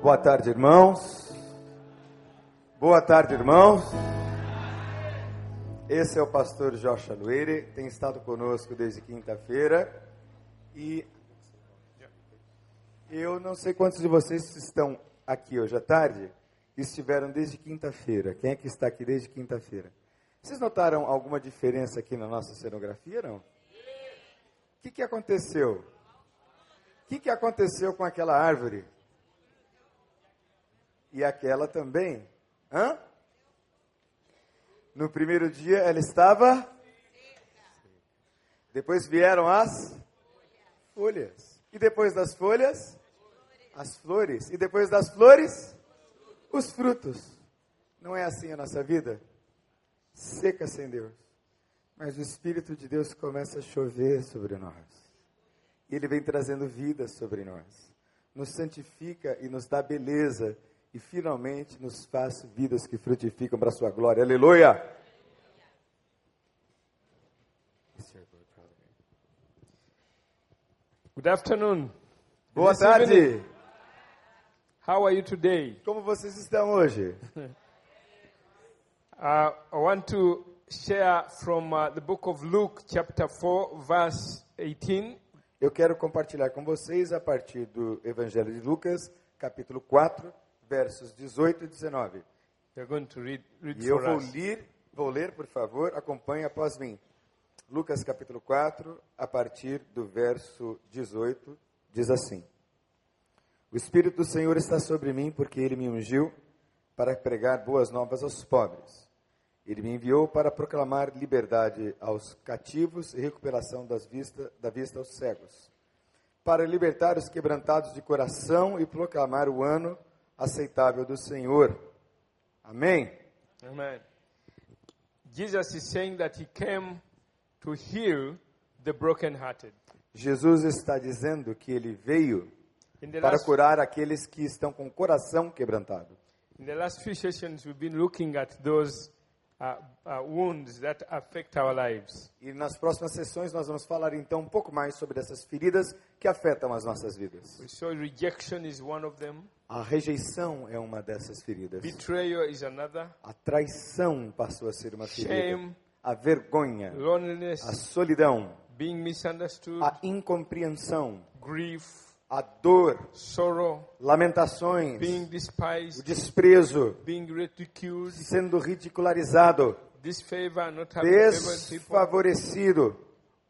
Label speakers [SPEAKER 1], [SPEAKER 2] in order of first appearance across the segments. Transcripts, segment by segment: [SPEAKER 1] Boa tarde, irmãos. Boa tarde, irmãos. Esse é o pastor Joshua Luere, tem estado conosco desde quinta-feira. E eu não sei quantos de vocês que estão aqui hoje à tarde estiveram desde quinta-feira. Quem é que está aqui desde quinta-feira? Vocês notaram alguma diferença aqui na nossa cenografia, não? O que, que aconteceu? O que, que aconteceu com aquela árvore? E aquela também? Hã? No primeiro dia ela estava. Depois vieram as folhas. E depois das folhas, as flores. E depois das flores, os frutos. Não é assim a nossa vida? Seca sem Deus. Mas o Espírito de Deus começa a chover sobre nós. E ele vem trazendo vida sobre nós. Nos santifica e nos dá beleza. E finalmente nos faz vidas que frutificam para a sua glória. Aleluia!
[SPEAKER 2] Good afternoon.
[SPEAKER 1] Boa
[SPEAKER 2] This
[SPEAKER 1] tarde!
[SPEAKER 2] evening, How are you today?
[SPEAKER 1] Como vocês estão hoje?
[SPEAKER 2] Uh, I want to share from uh, the book of Luke, chapter 4, verse 18.
[SPEAKER 1] Eu quero compartilhar com vocês a partir do Evangelho de Lucas, capítulo 4, versos 18 e 19.
[SPEAKER 2] You're going to read, read
[SPEAKER 1] E eu
[SPEAKER 2] for
[SPEAKER 1] vou
[SPEAKER 2] us.
[SPEAKER 1] ler, vou ler, por favor, acompanhe após mim. Lucas capítulo 4, a partir do verso 18, diz assim: O Espírito do Senhor está sobre mim, porque ele me ungiu para pregar boas novas aos pobres. Ele me enviou para proclamar liberdade aos cativos e recuperação das vista, da vista aos cegos, para libertar os quebrantados de coração e proclamar o ano aceitável do Senhor. Amém.
[SPEAKER 2] Amen. Jesus is saying that he came to heal the brokenhearted.
[SPEAKER 1] Jesus está dizendo que ele veio
[SPEAKER 2] In the,
[SPEAKER 1] para
[SPEAKER 2] last,
[SPEAKER 1] curar aqueles que estão com o coração quebrantado.
[SPEAKER 2] in the last few sessions, we've been looking at those uh, uh, wounds that affect our lives.
[SPEAKER 1] E nas próximas sessões nós vamos falar então um pouco mais sobre essas feridas que afetam as nossas vidas.
[SPEAKER 2] We saw rejection is one of them,
[SPEAKER 1] A rejeição é uma dessas feridas.
[SPEAKER 2] betrayal is another,
[SPEAKER 1] A traição passou a ser uma ferida.
[SPEAKER 2] Shame.
[SPEAKER 1] A vergonha,
[SPEAKER 2] loneliness,
[SPEAKER 1] a solidão,
[SPEAKER 2] being misunderstood,
[SPEAKER 1] a incompreensão,
[SPEAKER 2] grief,
[SPEAKER 1] a dor,
[SPEAKER 2] sorrow, being
[SPEAKER 1] lamentações, o
[SPEAKER 2] despised,
[SPEAKER 1] desprezo,
[SPEAKER 2] being ridiculed,
[SPEAKER 1] sendo ridicularizado,
[SPEAKER 2] disfavor, not having favored people.
[SPEAKER 1] desfavorecido.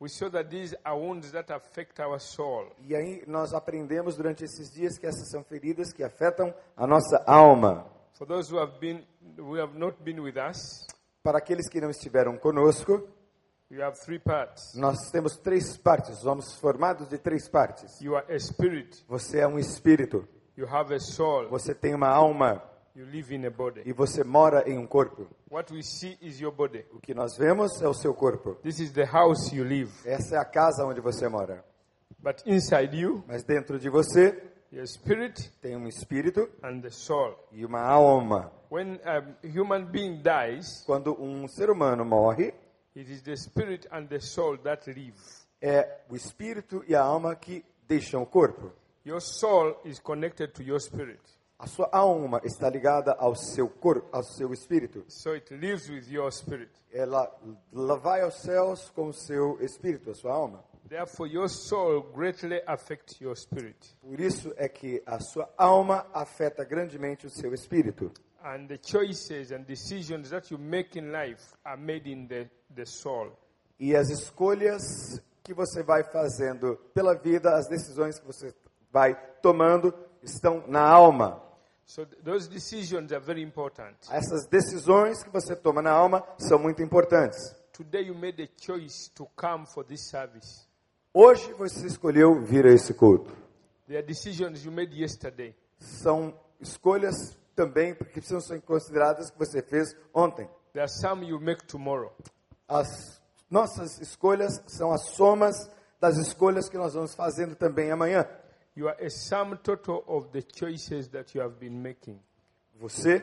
[SPEAKER 2] We saw that these are wounds that affect our soul.
[SPEAKER 1] E aí nós aprendemos durante esses dias que essas são feridas que afetam a nossa alma.
[SPEAKER 2] For those who have been, who have not been with us,
[SPEAKER 1] Para aqueles que não estiveram conosco,
[SPEAKER 2] you have three parts.
[SPEAKER 1] nós temos três partes, somos formados de três partes.
[SPEAKER 2] You are a spirit.
[SPEAKER 1] Você é um espírito,
[SPEAKER 2] You have a soul.
[SPEAKER 1] você tem uma alma
[SPEAKER 2] You live in a body.
[SPEAKER 1] e você mora em um corpo.
[SPEAKER 2] What we see is your body.
[SPEAKER 1] O que nós vemos é o seu corpo.
[SPEAKER 2] This is the house you live.
[SPEAKER 1] Essa é a casa onde você mora.
[SPEAKER 2] But inside you,
[SPEAKER 1] Mas dentro de você
[SPEAKER 2] your spirit
[SPEAKER 1] tem um espírito
[SPEAKER 2] and the soul.
[SPEAKER 1] e uma alma.
[SPEAKER 2] When a human being dies,
[SPEAKER 1] Quando um ser humano morre,
[SPEAKER 2] It is the spirit and the soul that live.
[SPEAKER 1] é o espírito e a alma que deixam o corpo.
[SPEAKER 2] Your soul is connected to your spirit,
[SPEAKER 1] A sua alma está ligada ao seu corpo, ao seu espírito.
[SPEAKER 2] so it lives with your spirit.
[SPEAKER 1] Ela, ela vai aos céus com o seu espírito, a sua alma.
[SPEAKER 2] Therefore, your soul greatly affects your spirit.
[SPEAKER 1] Por isso é que a sua alma afeta grandemente o seu espírito.
[SPEAKER 2] And the choices and decisions that you make in life are made in the, the soul.
[SPEAKER 1] E as escolhas que você vai fazendo pela vida, as decisões que você vai tomando, estão na alma.
[SPEAKER 2] So th- those decisions are very important.
[SPEAKER 1] Essas decisões que você toma na alma são muito importantes.
[SPEAKER 2] Today, you made a choice to come for this service.
[SPEAKER 1] Hoje você escolheu vir a esse culto.
[SPEAKER 2] There are decisions you made yesterday.
[SPEAKER 1] são escolhas também porque precisam ser consideradas que você fez ontem.
[SPEAKER 2] There are some you make tomorrow.
[SPEAKER 1] As nossas escolhas são as somas das escolhas que nós vamos fazendo também amanhã.
[SPEAKER 2] You are a sum total of the choices that you have been making.
[SPEAKER 1] Você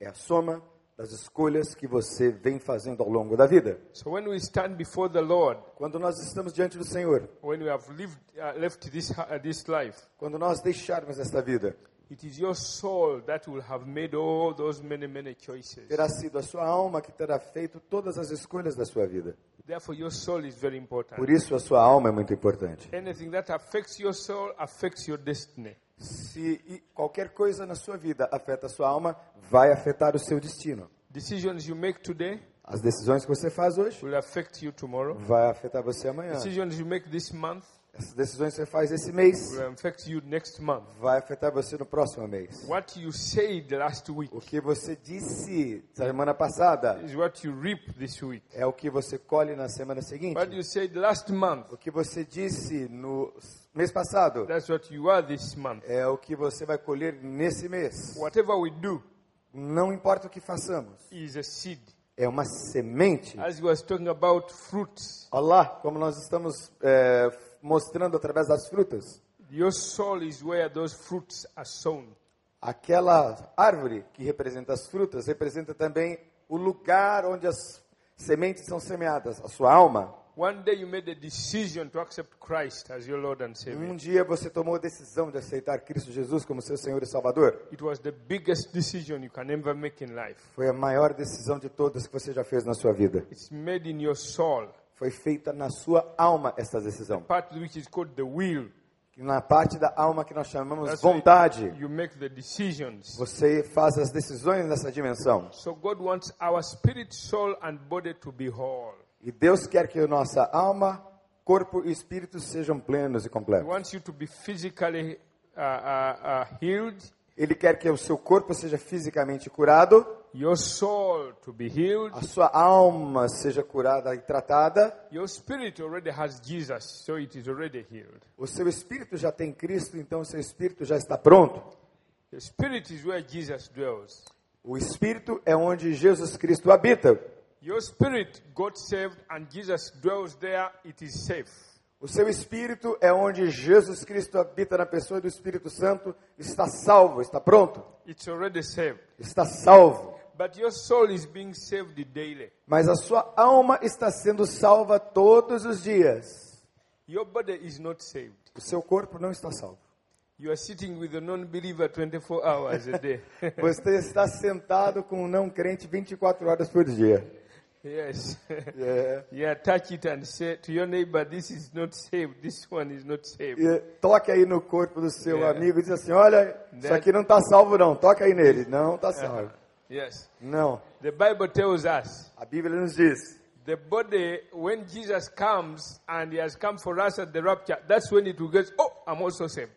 [SPEAKER 1] é a soma das escolhas que você vem fazendo ao longo da vida.
[SPEAKER 2] So when we stand before the Lord,
[SPEAKER 1] Quando nós estamos diante do Senhor,
[SPEAKER 2] when we have lived, uh, left this, uh, this life,
[SPEAKER 1] quando nós deixarmos esta vida,
[SPEAKER 2] it is your soul that will have made all those many, many choices.
[SPEAKER 1] terá sido a sua alma que terá feito todas as escolhas da sua vida.
[SPEAKER 2] Therefore, your soul is very important.
[SPEAKER 1] Por isso, a sua alma é muito importante.
[SPEAKER 2] Anything that affects your soul affects your destiny.
[SPEAKER 1] Se e qualquer coisa na sua vida afeta a sua alma, vai afetar o seu destino.
[SPEAKER 2] Decisions you make today
[SPEAKER 1] As decisões que você faz hoje
[SPEAKER 2] will affect you tomorrow.
[SPEAKER 1] vai afetar você amanhã.
[SPEAKER 2] Decisions you make this month
[SPEAKER 1] As decisões que você faz esse mês
[SPEAKER 2] will affect you next month.
[SPEAKER 1] vai afetar você no próximo mês.
[SPEAKER 2] What you said last week
[SPEAKER 1] O que você disse semana passada
[SPEAKER 2] is what you reap this week.
[SPEAKER 1] é o que você colhe na semana
[SPEAKER 2] What
[SPEAKER 1] seguinte.
[SPEAKER 2] you said last month,
[SPEAKER 1] O que você disse no mês passado
[SPEAKER 2] that's what you are this month.
[SPEAKER 1] é o que você vai colher nesse mês.
[SPEAKER 2] Whatever we do
[SPEAKER 1] Não importa o que façamos,
[SPEAKER 2] is a seed.
[SPEAKER 1] é uma semente.
[SPEAKER 2] As he was talking about fruits,
[SPEAKER 1] Olá, como nós estamos é, mostrando através das frutas.
[SPEAKER 2] your soul is where those fruits are sown.
[SPEAKER 1] Aquela árvore que representa as frutas representa também o lugar onde as sementes são semeadas, a sua alma.
[SPEAKER 2] One day you made a decision to accept Christ as your Lord and Savior.
[SPEAKER 1] Um dia você tomou a decisão de aceitar Cristo Jesus como seu Senhor e Salvador.
[SPEAKER 2] It was the biggest decision you can ever make in life.
[SPEAKER 1] Foi a maior decisão de todas que você já fez na sua vida.
[SPEAKER 2] It's made in your soul,
[SPEAKER 1] Foi feita na sua alma essa decisão.
[SPEAKER 2] part which is called the will.
[SPEAKER 1] Na parte da alma que nós chamamos
[SPEAKER 2] That's why
[SPEAKER 1] vontade.
[SPEAKER 2] You make the decisions.
[SPEAKER 1] Você faz as decisões nessa dimensão.
[SPEAKER 2] So God wants our spirit, soul, and body to be whole.
[SPEAKER 1] E Deus quer que a nossa alma, corpo e espírito sejam plenos e
[SPEAKER 2] He
[SPEAKER 1] completos.
[SPEAKER 2] wants you to be physically uh, uh, uh, healed,
[SPEAKER 1] Ele quer que o seu corpo seja fisicamente curado,
[SPEAKER 2] your soul to be healed.
[SPEAKER 1] a sua alma seja curada e tratada,
[SPEAKER 2] Your spirit already has Jesus, so it is already healed.
[SPEAKER 1] o seu espírito já tem Cristo, então o seu espírito já está pronto.
[SPEAKER 2] The spirit is where Jesus dwells.
[SPEAKER 1] O espírito é onde Jesus Cristo habita.
[SPEAKER 2] Your spirit got saved and Jesus dwells there, it is safe.
[SPEAKER 1] O seu espírito é onde Jesus Cristo habita na pessoa do Espírito Santo, está salvo, está pronto,
[SPEAKER 2] It's already saved.
[SPEAKER 1] está salvo.
[SPEAKER 2] But your soul is being saved daily.
[SPEAKER 1] Mas a sua alma está sendo salva todos os dias.
[SPEAKER 2] Your body is not saved.
[SPEAKER 1] O seu corpo não está salvo.
[SPEAKER 2] You are sitting with a non believer 24 hours a day.
[SPEAKER 1] Você está sentado com um não crente 24 horas por dia.
[SPEAKER 2] yes.
[SPEAKER 1] É,
[SPEAKER 2] yeah, touch it and say to your neighbor, This is not saved. This one is not saved.
[SPEAKER 1] e toque aí no corpo do seu
[SPEAKER 2] Yeah.
[SPEAKER 1] amigo e diz assim: Olha, isso
[SPEAKER 2] That-
[SPEAKER 1] aqui não está salvo, não. Toca aí nele. Não está salvo.
[SPEAKER 2] Yes.
[SPEAKER 1] Não.
[SPEAKER 2] The Bible tells us
[SPEAKER 1] A Bíblia nos diz:
[SPEAKER 2] The body, when Jesus comes and he has come for us at the rapture, that's when it will get, oh, I'm also saved.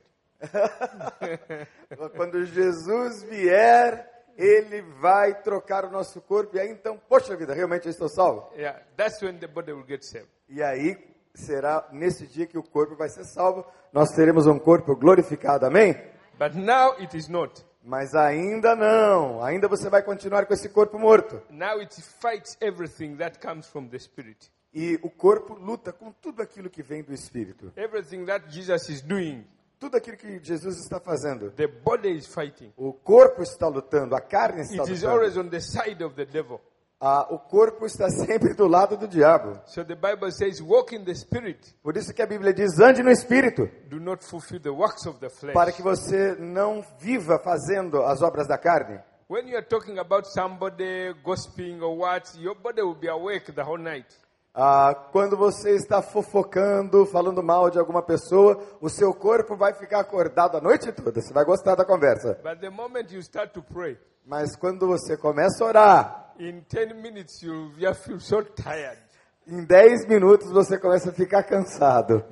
[SPEAKER 1] quando Jesus vier, ele vai trocar o nosso corpo. E aí então, poxa vida, realmente eu estou salvo.
[SPEAKER 2] Yeah, that's when the body will get saved.
[SPEAKER 1] E aí será nesse dia que o corpo vai ser salvo. Nós teremos um corpo glorificado. Amém?
[SPEAKER 2] But now it is not.
[SPEAKER 1] Mas ainda não, ainda você vai continuar com esse corpo morto.
[SPEAKER 2] Now it fights everything that comes from the Spirit.
[SPEAKER 1] E o corpo luta com tudo aquilo que vem do espírito.
[SPEAKER 2] Everything that Jesus is doing,
[SPEAKER 1] Tudo aquilo que Jesus está fazendo.
[SPEAKER 2] the body is fighting.
[SPEAKER 1] O corpo está lutando, a carne está
[SPEAKER 2] It is
[SPEAKER 1] lutando.
[SPEAKER 2] always on the side of the devil.
[SPEAKER 1] Ah, o corpo está sempre do lado do diabo.
[SPEAKER 2] So the Bible says, walk in the Spirit,
[SPEAKER 1] Por isso que a Bíblia diz: ande no espírito,
[SPEAKER 2] do not fulfill the works of the flesh.
[SPEAKER 1] para que você não viva fazendo as obras da carne.
[SPEAKER 2] When you are talking about somebody gossiping or what, your body will be awake the whole night.
[SPEAKER 1] Ah, quando você está fofocando, falando mal de alguma pessoa, o seu corpo vai ficar acordado a noite toda. Você vai gostar da conversa.
[SPEAKER 2] But the moment you start to pray,
[SPEAKER 1] Mas quando você começa a orar,
[SPEAKER 2] in 10 minutes you you feel so tired.
[SPEAKER 1] em 10 minutos você começa a ficar cansado.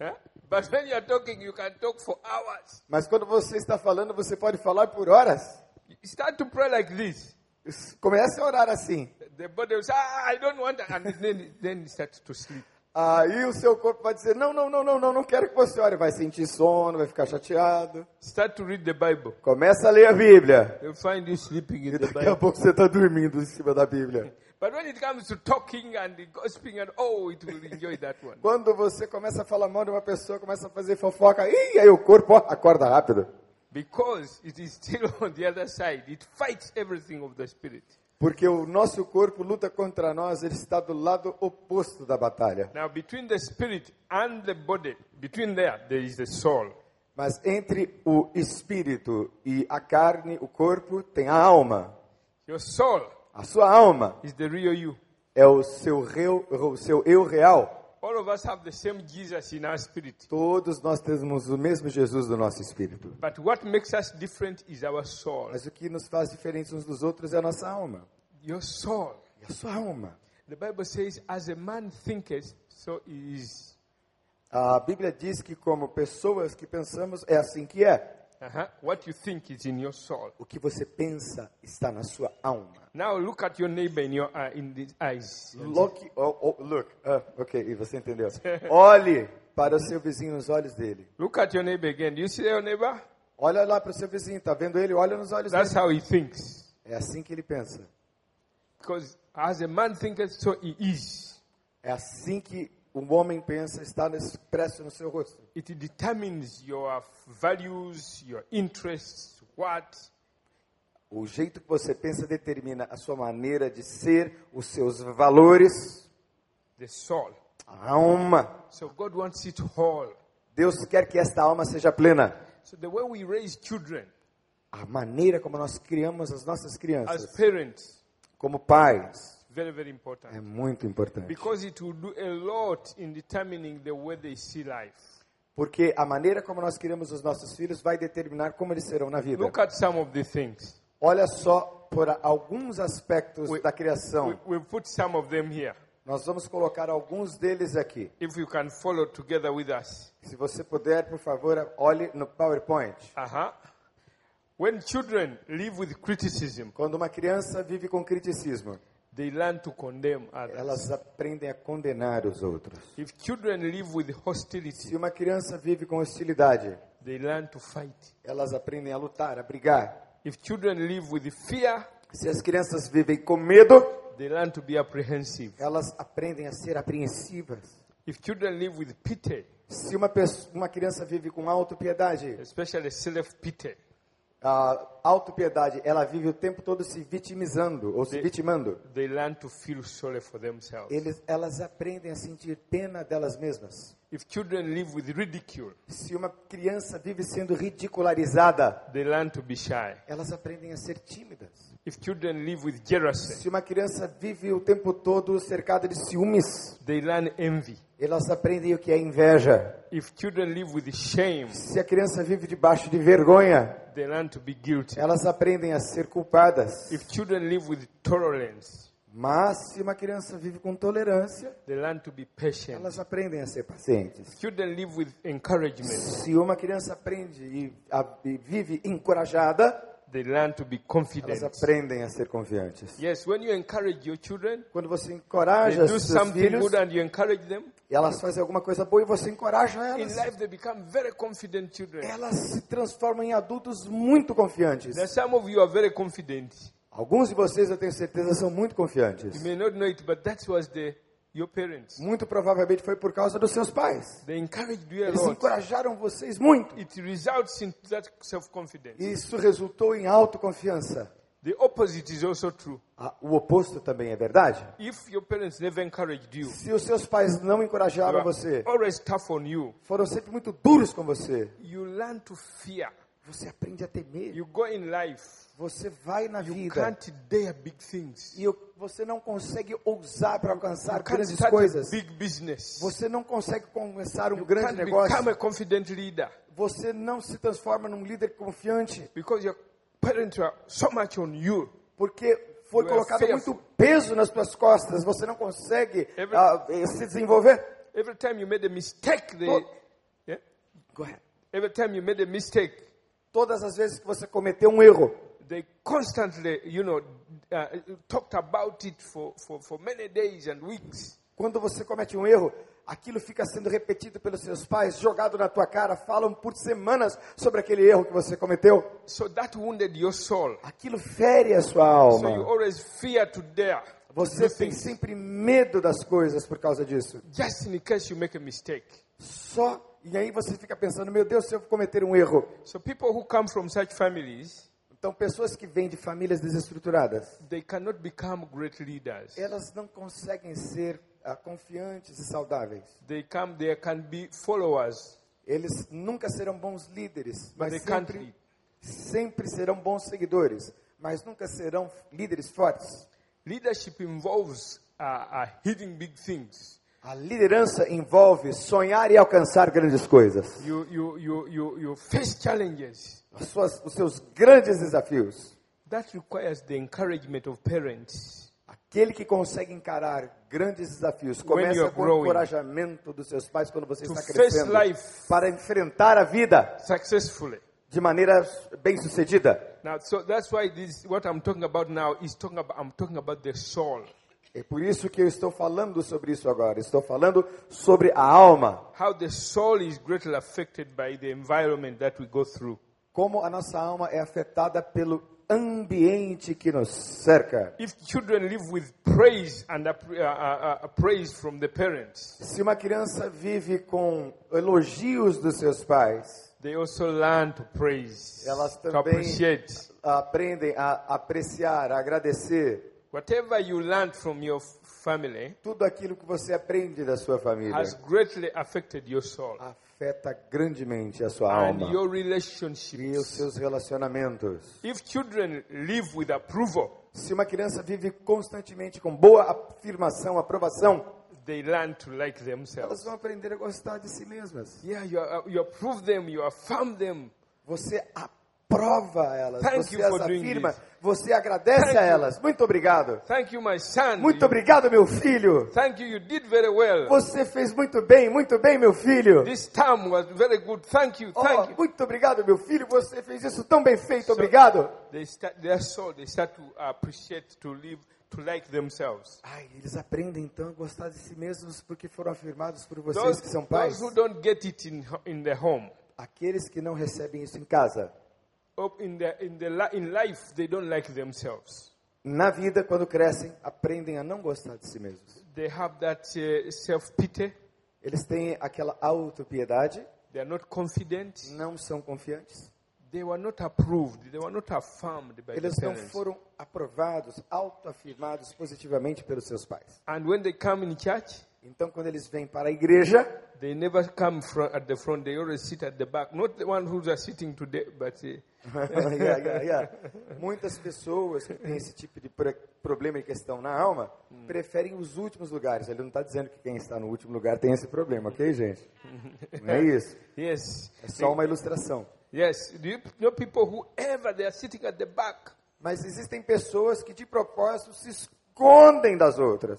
[SPEAKER 2] Huh? But when you are talking, you can talk for hours.
[SPEAKER 1] Mas quando você está falando, você pode falar por horas.
[SPEAKER 2] You start to pray like this.
[SPEAKER 1] Comece a orar assim.
[SPEAKER 2] The body will say, ah, I don't want, and then, then it starts to sleep.
[SPEAKER 1] Aí o seu corpo vai dizer: não, não, não, não, não, não quero que você ore. Vai sentir sono, vai ficar chateado.
[SPEAKER 2] Start to read the Bible.
[SPEAKER 1] Começa a ler a Bíblia.
[SPEAKER 2] They'll find you sleeping in
[SPEAKER 1] E
[SPEAKER 2] the
[SPEAKER 1] daqui a
[SPEAKER 2] Bible.
[SPEAKER 1] pouco você está dormindo em cima da Bíblia.
[SPEAKER 2] But when it comes to talking and gossiping, and oh, it will enjoy that one.
[SPEAKER 1] Quando você começa a falar mal de uma pessoa, começa a fazer fofoca, ih, aí o corpo ó, acorda rápido.
[SPEAKER 2] Because it is still on the other side. It fights everything of the Spirit.
[SPEAKER 1] Porque o nosso corpo luta contra nós, ele está do lado oposto da batalha.
[SPEAKER 2] Now, between the spirit and the body, between there, there is the soul.
[SPEAKER 1] Mas entre o espírito e a carne, o corpo, tem a alma.
[SPEAKER 2] Your soul
[SPEAKER 1] A sua alma
[SPEAKER 2] is the real you.
[SPEAKER 1] é o seu, reu, o seu eu real.
[SPEAKER 2] All of us have the same Jesus in our spirit.
[SPEAKER 1] Todos nós temos o mesmo Jesus do nosso espírito.
[SPEAKER 2] But what makes us different is our soul.
[SPEAKER 1] Mas o que nos faz diferentes uns dos outros é a nossa alma.
[SPEAKER 2] Your soul.
[SPEAKER 1] É a sua alma.
[SPEAKER 2] The Bible says, as a man thinketh, so he is.
[SPEAKER 1] A Bíblia diz que, como pessoas que pensamos, é assim que é.
[SPEAKER 2] Uh-huh. What you think is in your soul.
[SPEAKER 1] O que você pensa está na sua alma.
[SPEAKER 2] Now look at your neighbor in your eye, in the eyes.
[SPEAKER 1] Look, oh, oh, look. Ah, ok, e você entendeu. Olhe para o seu vizinho nos olhos dele.
[SPEAKER 2] Look at your neighbor again. Do you see your neighbor?
[SPEAKER 1] Olha lá para o seu vizinho, tá vendo ele? Olha nos olhos
[SPEAKER 2] That's
[SPEAKER 1] dele.
[SPEAKER 2] how he thinks.
[SPEAKER 1] É assim que ele pensa.
[SPEAKER 2] Because as a man thinketh, so he is.
[SPEAKER 1] É assim que um homem pensa, está expresso no seu rosto.
[SPEAKER 2] It determines your values, your interests, what.
[SPEAKER 1] O jeito que você pensa determina a sua maneira de ser, os seus valores,
[SPEAKER 2] The soul.
[SPEAKER 1] a alma.
[SPEAKER 2] So God wants it all.
[SPEAKER 1] Deus quer que esta alma seja plena.
[SPEAKER 2] So the way we raise children
[SPEAKER 1] A maneira como nós criamos as nossas
[SPEAKER 2] as
[SPEAKER 1] crianças,
[SPEAKER 2] parents
[SPEAKER 1] como pais,
[SPEAKER 2] is very, very
[SPEAKER 1] é
[SPEAKER 2] important.
[SPEAKER 1] muito importante.
[SPEAKER 2] Because it will do a lot in determining the way they see life.
[SPEAKER 1] Porque a maneira como nós criamos os nossos filhos vai determinar como eles serão na vida.
[SPEAKER 2] Look at some of the things.
[SPEAKER 1] Olha só por a- alguns aspectos
[SPEAKER 2] Oi.
[SPEAKER 1] da
[SPEAKER 2] We,
[SPEAKER 1] criação.
[SPEAKER 2] we'll put some of them here.
[SPEAKER 1] Nós vamos colocar alguns deles aqui.
[SPEAKER 2] If you can follow together with us.
[SPEAKER 1] Se você puder, por favor, olhe no PowerPoint.
[SPEAKER 2] Uh huh. When children live with criticism,
[SPEAKER 1] Quando uma criança vive com criticismo,
[SPEAKER 2] they learn to condemn others.
[SPEAKER 1] elas aprendem a condenar os outros.
[SPEAKER 2] If children live with hostility,
[SPEAKER 1] Se uma criança vive com hostilidade,
[SPEAKER 2] they learn to fight.
[SPEAKER 1] elas aprendem a lutar, a brigar.
[SPEAKER 2] If children live with fear,
[SPEAKER 1] Se as crianças vivem com medo,
[SPEAKER 2] they learn to be apprehensive.
[SPEAKER 1] elas aprendem a ser apreensivas.
[SPEAKER 2] If children live with pity,
[SPEAKER 1] Se uma, pessoa, uma criança vive com autopiedade,
[SPEAKER 2] especially self pity,
[SPEAKER 1] a autopiedade, ela vive o tempo todo se vitimizando ou se
[SPEAKER 2] De-
[SPEAKER 1] vitimando.
[SPEAKER 2] they learn to feel sorry for themselves.
[SPEAKER 1] Eles, elas aprendem a sentir pena delas mesmas.
[SPEAKER 2] If children live with ridicule,
[SPEAKER 1] Se uma criança vive sendo ridicularizada,
[SPEAKER 2] they learn to be shy.
[SPEAKER 1] elas aprendem a ser tímidas.
[SPEAKER 2] If children live with jealousy,
[SPEAKER 1] Se uma criança vive o tempo todo cercada de ciúmes,
[SPEAKER 2] they learn envy.
[SPEAKER 1] elas aprendem o que é inveja.
[SPEAKER 2] If children live with shame,
[SPEAKER 1] Se a criança vive debaixo de vergonha,
[SPEAKER 2] they learn to be guilty.
[SPEAKER 1] elas aprendem a ser culpadas.
[SPEAKER 2] If children live with tolerance,
[SPEAKER 1] Mas se uma criança vive com tolerância,
[SPEAKER 2] they learn to be patient.
[SPEAKER 1] elas aprendem a ser pacientes.
[SPEAKER 2] Children live with encouragement,
[SPEAKER 1] Se uma criança aprende e, a, e vive encorajada,
[SPEAKER 2] they learn to be
[SPEAKER 1] elas
[SPEAKER 2] confident.
[SPEAKER 1] aprendem a ser confiantes.
[SPEAKER 2] Yes, when you encourage your children,
[SPEAKER 1] Quando você
[SPEAKER 2] they
[SPEAKER 1] encoraja
[SPEAKER 2] do
[SPEAKER 1] seus
[SPEAKER 2] something
[SPEAKER 1] filhos,
[SPEAKER 2] good and you encourage them.
[SPEAKER 1] elas fazem alguma coisa boa e você encoraja
[SPEAKER 2] In
[SPEAKER 1] elas.
[SPEAKER 2] life, they become very confident children.
[SPEAKER 1] Elas se transformam em adultos muito confiantes.
[SPEAKER 2] Now, some of you are very confident.
[SPEAKER 1] Alguns de vocês, eu tenho certeza, são muito
[SPEAKER 2] You
[SPEAKER 1] confiantes.
[SPEAKER 2] may not know it, but that was the your parents.
[SPEAKER 1] Muito provavelmente foi por causa dos seus pais.
[SPEAKER 2] They encouraged you a
[SPEAKER 1] Eles
[SPEAKER 2] lot.
[SPEAKER 1] encorajaram vocês muito.
[SPEAKER 2] It results in that self-confidence.
[SPEAKER 1] Isso resultou em autoconfiança.
[SPEAKER 2] The opposite is also true.
[SPEAKER 1] Ah, O oposto também é verdade.
[SPEAKER 2] If your parents never encouraged you,
[SPEAKER 1] Se os seus pais não
[SPEAKER 2] you
[SPEAKER 1] encorajaram
[SPEAKER 2] are
[SPEAKER 1] você,
[SPEAKER 2] always tough on you.
[SPEAKER 1] foram sempre muito duros com você,
[SPEAKER 2] You learn to fear.
[SPEAKER 1] Você aprende a temer.
[SPEAKER 2] You go in life.
[SPEAKER 1] Você vai na
[SPEAKER 2] You
[SPEAKER 1] vida
[SPEAKER 2] can't dare big things.
[SPEAKER 1] e o- você não consegue ousar para alcançar
[SPEAKER 2] You can't
[SPEAKER 1] grandes
[SPEAKER 2] start a
[SPEAKER 1] coisas.
[SPEAKER 2] big business.
[SPEAKER 1] Você não consegue começar um
[SPEAKER 2] You
[SPEAKER 1] grande
[SPEAKER 2] can't become
[SPEAKER 1] negócio.
[SPEAKER 2] a confident leader
[SPEAKER 1] Você não se transforma num líder confiante
[SPEAKER 2] because your parents are so much on you.
[SPEAKER 1] porque foi
[SPEAKER 2] You are
[SPEAKER 1] colocado
[SPEAKER 2] fearful.
[SPEAKER 1] muito peso nas suas costas. Você não consegue
[SPEAKER 2] Every-
[SPEAKER 1] ah, eh, se desenvolver.
[SPEAKER 2] Every time you made a mistake, they,
[SPEAKER 1] To-
[SPEAKER 2] yeah?
[SPEAKER 1] Go ahead.
[SPEAKER 2] every time you made a mistake,
[SPEAKER 1] Todas as vezes que você cometeu um erro,
[SPEAKER 2] they constantly, you know, uh, talked about it for, for, for many days and weeks.
[SPEAKER 1] quando você comete um erro, aquilo fica sendo repetido pelos seus pais, jogado na tua cara, falam por semanas sobre aquele erro que você cometeu.
[SPEAKER 2] So that wounded your soul.
[SPEAKER 1] Aquilo fere a sua
[SPEAKER 2] So you
[SPEAKER 1] alma.
[SPEAKER 2] always fear to dare.
[SPEAKER 1] Você
[SPEAKER 2] do
[SPEAKER 1] tem
[SPEAKER 2] things,
[SPEAKER 1] sempre medo das coisas por causa disso.
[SPEAKER 2] Just in case you make a mistake.
[SPEAKER 1] Só e aí você fica pensando, meu Deus, se eu cometer um erro.
[SPEAKER 2] So people who come from such families,
[SPEAKER 1] Então, pessoas que vêm de famílias desestruturadas,
[SPEAKER 2] they cannot become great leaders.
[SPEAKER 1] elas não conseguem ser ah, confiantes e saudáveis.
[SPEAKER 2] They come, they can be followers,
[SPEAKER 1] Eles nunca serão bons líderes,
[SPEAKER 2] but
[SPEAKER 1] mas
[SPEAKER 2] they can't
[SPEAKER 1] sempre,
[SPEAKER 2] lead.
[SPEAKER 1] sempre serão bons seguidores, mas nunca serão líderes fortes.
[SPEAKER 2] Leadership involves uh, uh, hitting big things.
[SPEAKER 1] A liderança envolve sonhar e alcançar grandes coisas.
[SPEAKER 2] You, you, you, you, you face challenges.
[SPEAKER 1] As suas- os seus grandes desafios.
[SPEAKER 2] That requires the encouragement of parents.
[SPEAKER 1] Aquele que consegue encarar grandes desafios
[SPEAKER 2] When
[SPEAKER 1] começa
[SPEAKER 2] you're
[SPEAKER 1] com o
[SPEAKER 2] growing.
[SPEAKER 1] encorajamento dos seus pais quando você
[SPEAKER 2] To
[SPEAKER 1] está
[SPEAKER 2] face
[SPEAKER 1] crescendo
[SPEAKER 2] life.
[SPEAKER 1] para enfrentar a vida
[SPEAKER 2] successfully.
[SPEAKER 1] de maneira bem-sucedida.
[SPEAKER 2] Now, so that's why this what I'm talking about now is talking about I'm talking about the soul.
[SPEAKER 1] É por isso que eu estou falando sobre isso agora. Estou falando sobre a alma,
[SPEAKER 2] How the soul is greatly affected by the environment that we go through.
[SPEAKER 1] como a nossa alma é afetada pelo ambiente que nos cerca.
[SPEAKER 2] If children live with praise and a, uh, uh, uh, praise from the parents,
[SPEAKER 1] Se uma criança vive com elogios dos seus pais,
[SPEAKER 2] they also learn to praise,
[SPEAKER 1] Elas
[SPEAKER 2] to
[SPEAKER 1] também-
[SPEAKER 2] appreciate.
[SPEAKER 1] aprendem a apreciar, a agradecer
[SPEAKER 2] Whatever you learned from your f- family
[SPEAKER 1] tudo aquilo que você aprende da sua família.
[SPEAKER 2] has greatly affected your soul
[SPEAKER 1] afeta grandemente a sua
[SPEAKER 2] and
[SPEAKER 1] alma
[SPEAKER 2] your
[SPEAKER 1] e os
[SPEAKER 2] relationships.
[SPEAKER 1] seus relacionamentos.
[SPEAKER 2] If children live with approval,
[SPEAKER 1] Se uma criança vive constantemente com boa afirmação, aprovação,
[SPEAKER 2] they learn to like themselves.
[SPEAKER 1] elas vão aprender a gostar de si mesmas.
[SPEAKER 2] Yeah, you, uh, you approve them, you affirm them.
[SPEAKER 1] Você aprova elas,
[SPEAKER 2] Thank
[SPEAKER 1] você
[SPEAKER 2] you
[SPEAKER 1] as
[SPEAKER 2] for doing
[SPEAKER 1] afirma,
[SPEAKER 2] this.
[SPEAKER 1] você agradece
[SPEAKER 2] Thank
[SPEAKER 1] a
[SPEAKER 2] you.
[SPEAKER 1] elas. Muito obrigado.
[SPEAKER 2] Thank you, my son.
[SPEAKER 1] Muito
[SPEAKER 2] You-
[SPEAKER 1] obrigado, meu filho.
[SPEAKER 2] Thank you, you did very well.
[SPEAKER 1] Você fez muito bem, muito bem, meu filho.
[SPEAKER 2] This term was very good. Thank you,
[SPEAKER 1] Oh,
[SPEAKER 2] thank you.
[SPEAKER 1] muito obrigado, meu filho. Você fez isso tão bem feito. Obrigado.
[SPEAKER 2] They start, their soul, they start to appreciate, to live, to like themselves.
[SPEAKER 1] Ai, eles aprendem então a gostar de si mesmos porque foram afirmados por vocês
[SPEAKER 2] Those,
[SPEAKER 1] que são
[SPEAKER 2] those
[SPEAKER 1] pais.
[SPEAKER 2] who don't get it in, ho- in their home,
[SPEAKER 1] Aqueles que não recebem isso em casa.
[SPEAKER 2] up in, their, in, the, li- in life, they don't like themselves.
[SPEAKER 1] Na vida, quando crescem, aprendem a não gostar de si mesmos.
[SPEAKER 2] They have that uh, self pity.
[SPEAKER 1] Eles têm aquela autopiedade,
[SPEAKER 2] They are not confident.
[SPEAKER 1] não são confiantes.
[SPEAKER 2] They were not approved. They were not affirmed by
[SPEAKER 1] Eles
[SPEAKER 2] the
[SPEAKER 1] não
[SPEAKER 2] parents.
[SPEAKER 1] foram aprovados, autoafirmados positivamente pelos seus pais.
[SPEAKER 2] And when they come in church,
[SPEAKER 1] Então, quando eles vêm para a igreja,
[SPEAKER 2] They never come fro at the front. They always sit at the back. Not the one who's are sitting today, but uh,
[SPEAKER 1] Yeah, yeah, yeah. muitas pessoas que têm esse tipo de pro- problema e questão na alma preferem os últimos lugares. Ele não está dizendo que quem está no último lugar tem esse problema, ok, gente? Não é isso.
[SPEAKER 2] yes,
[SPEAKER 1] É só uma ilustração.
[SPEAKER 2] yes. Do you know people who ever they are sitting at the back?
[SPEAKER 1] Mas existem pessoas que de propósito se escondem das outras.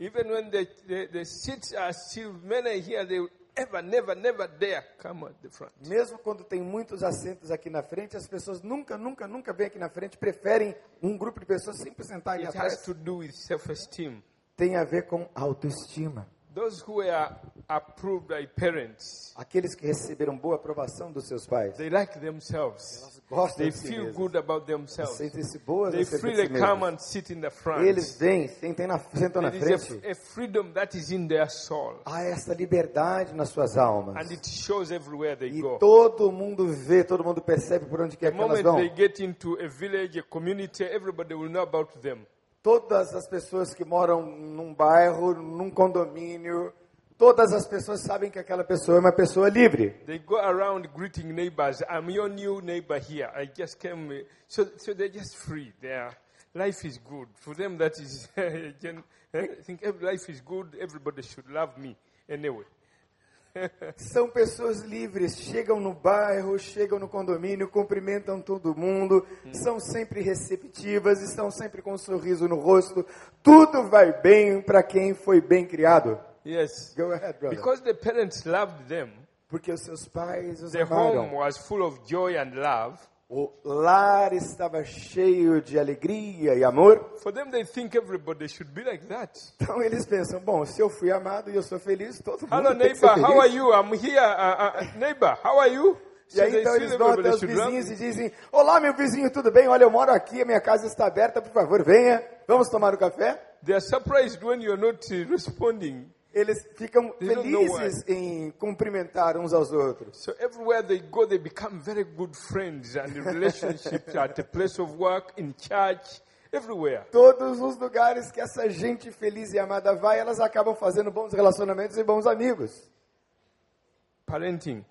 [SPEAKER 2] Even when the the, the seats are still many here, they will ever, never, never dare come at the front.
[SPEAKER 1] Mesmo quando tem muitos assentos aqui na frente, as pessoas nunca, nunca, nunca vêm aqui na frente, preferem um grupo de pessoas sempre sentar ali
[SPEAKER 2] It has
[SPEAKER 1] atrás.
[SPEAKER 2] to do with self-esteem.
[SPEAKER 1] Tem a ver com autoestima.
[SPEAKER 2] Those who are approved by parents,
[SPEAKER 1] Aqueles que receberam boa aprovação dos seus pais.
[SPEAKER 2] they like themselves.
[SPEAKER 1] Elas gostam
[SPEAKER 2] They
[SPEAKER 1] de si
[SPEAKER 2] feel
[SPEAKER 1] mesmas.
[SPEAKER 2] good about themselves.
[SPEAKER 1] Sentem-se boas
[SPEAKER 2] They
[SPEAKER 1] acerca de si
[SPEAKER 2] freely come
[SPEAKER 1] mesmas.
[SPEAKER 2] and sit in the front.
[SPEAKER 1] Eles vêm, sentem na, sentam na
[SPEAKER 2] It is
[SPEAKER 1] frente.
[SPEAKER 2] a, a freedom that is in their soul.
[SPEAKER 1] Há essa liberdade nas suas almas.
[SPEAKER 2] And it shows everywhere they
[SPEAKER 1] E
[SPEAKER 2] go.
[SPEAKER 1] todo mundo vê, todo mundo percebe por onde quer
[SPEAKER 2] The
[SPEAKER 1] que elas
[SPEAKER 2] moment
[SPEAKER 1] vão.
[SPEAKER 2] they get into a village, a community, everybody will know about them.
[SPEAKER 1] Todas as pessoas que moram num bairro, num condomínio, todas as pessoas sabem que aquela pessoa é uma pessoa livre.
[SPEAKER 2] They go around greeting neighbors. I'm your new neighbor here. I just came. uh, So, so they're just free. Their life is good. For them, that is. again, I think every life is good. Everybody should love me anyway.
[SPEAKER 1] São pessoas livres, chegam no bairro, chegam no condomínio, cumprimentam todo mundo,
[SPEAKER 2] Hum.
[SPEAKER 1] são sempre receptivas, estão sempre com um sorriso no rosto. Tudo vai bem para quem foi bem criado.
[SPEAKER 2] Yes.
[SPEAKER 1] Go ahead, brother.
[SPEAKER 2] Because the parents loved them,
[SPEAKER 1] Porque os seus pais os
[SPEAKER 2] the home
[SPEAKER 1] amaram.
[SPEAKER 2] was full of joy and love.
[SPEAKER 1] O lar estava cheio de alegria e amor.
[SPEAKER 2] For them, they think everybody should be like that.
[SPEAKER 1] Então eles pensam, bom, se eu fui amado e eu sou feliz, todo mundo
[SPEAKER 2] Hello,
[SPEAKER 1] tem
[SPEAKER 2] neighbor.
[SPEAKER 1] que ser feliz.
[SPEAKER 2] How are you? I'm here. Uh, uh, neighbor, how are you?
[SPEAKER 1] E aí
[SPEAKER 2] they
[SPEAKER 1] então
[SPEAKER 2] feel
[SPEAKER 1] eles vão até os vizinhos e dizem, olá meu vizinho, tudo bem? Olha, eu moro aqui, a minha casa está aberta, por favor, venha, vamos tomar um café.
[SPEAKER 2] They are surprised when you're not uh, responding.
[SPEAKER 1] Eles ficam
[SPEAKER 2] They don't know
[SPEAKER 1] felizes em cumprimentar uns aos outros.
[SPEAKER 2] So everywhere they go, they become very good friends and relationships at the place of work, in church, everywhere.
[SPEAKER 1] Todos os lugares que essa gente feliz e amada vai, elas acabam fazendo bons relacionamentos e bons amigos.
[SPEAKER 2] Parenting.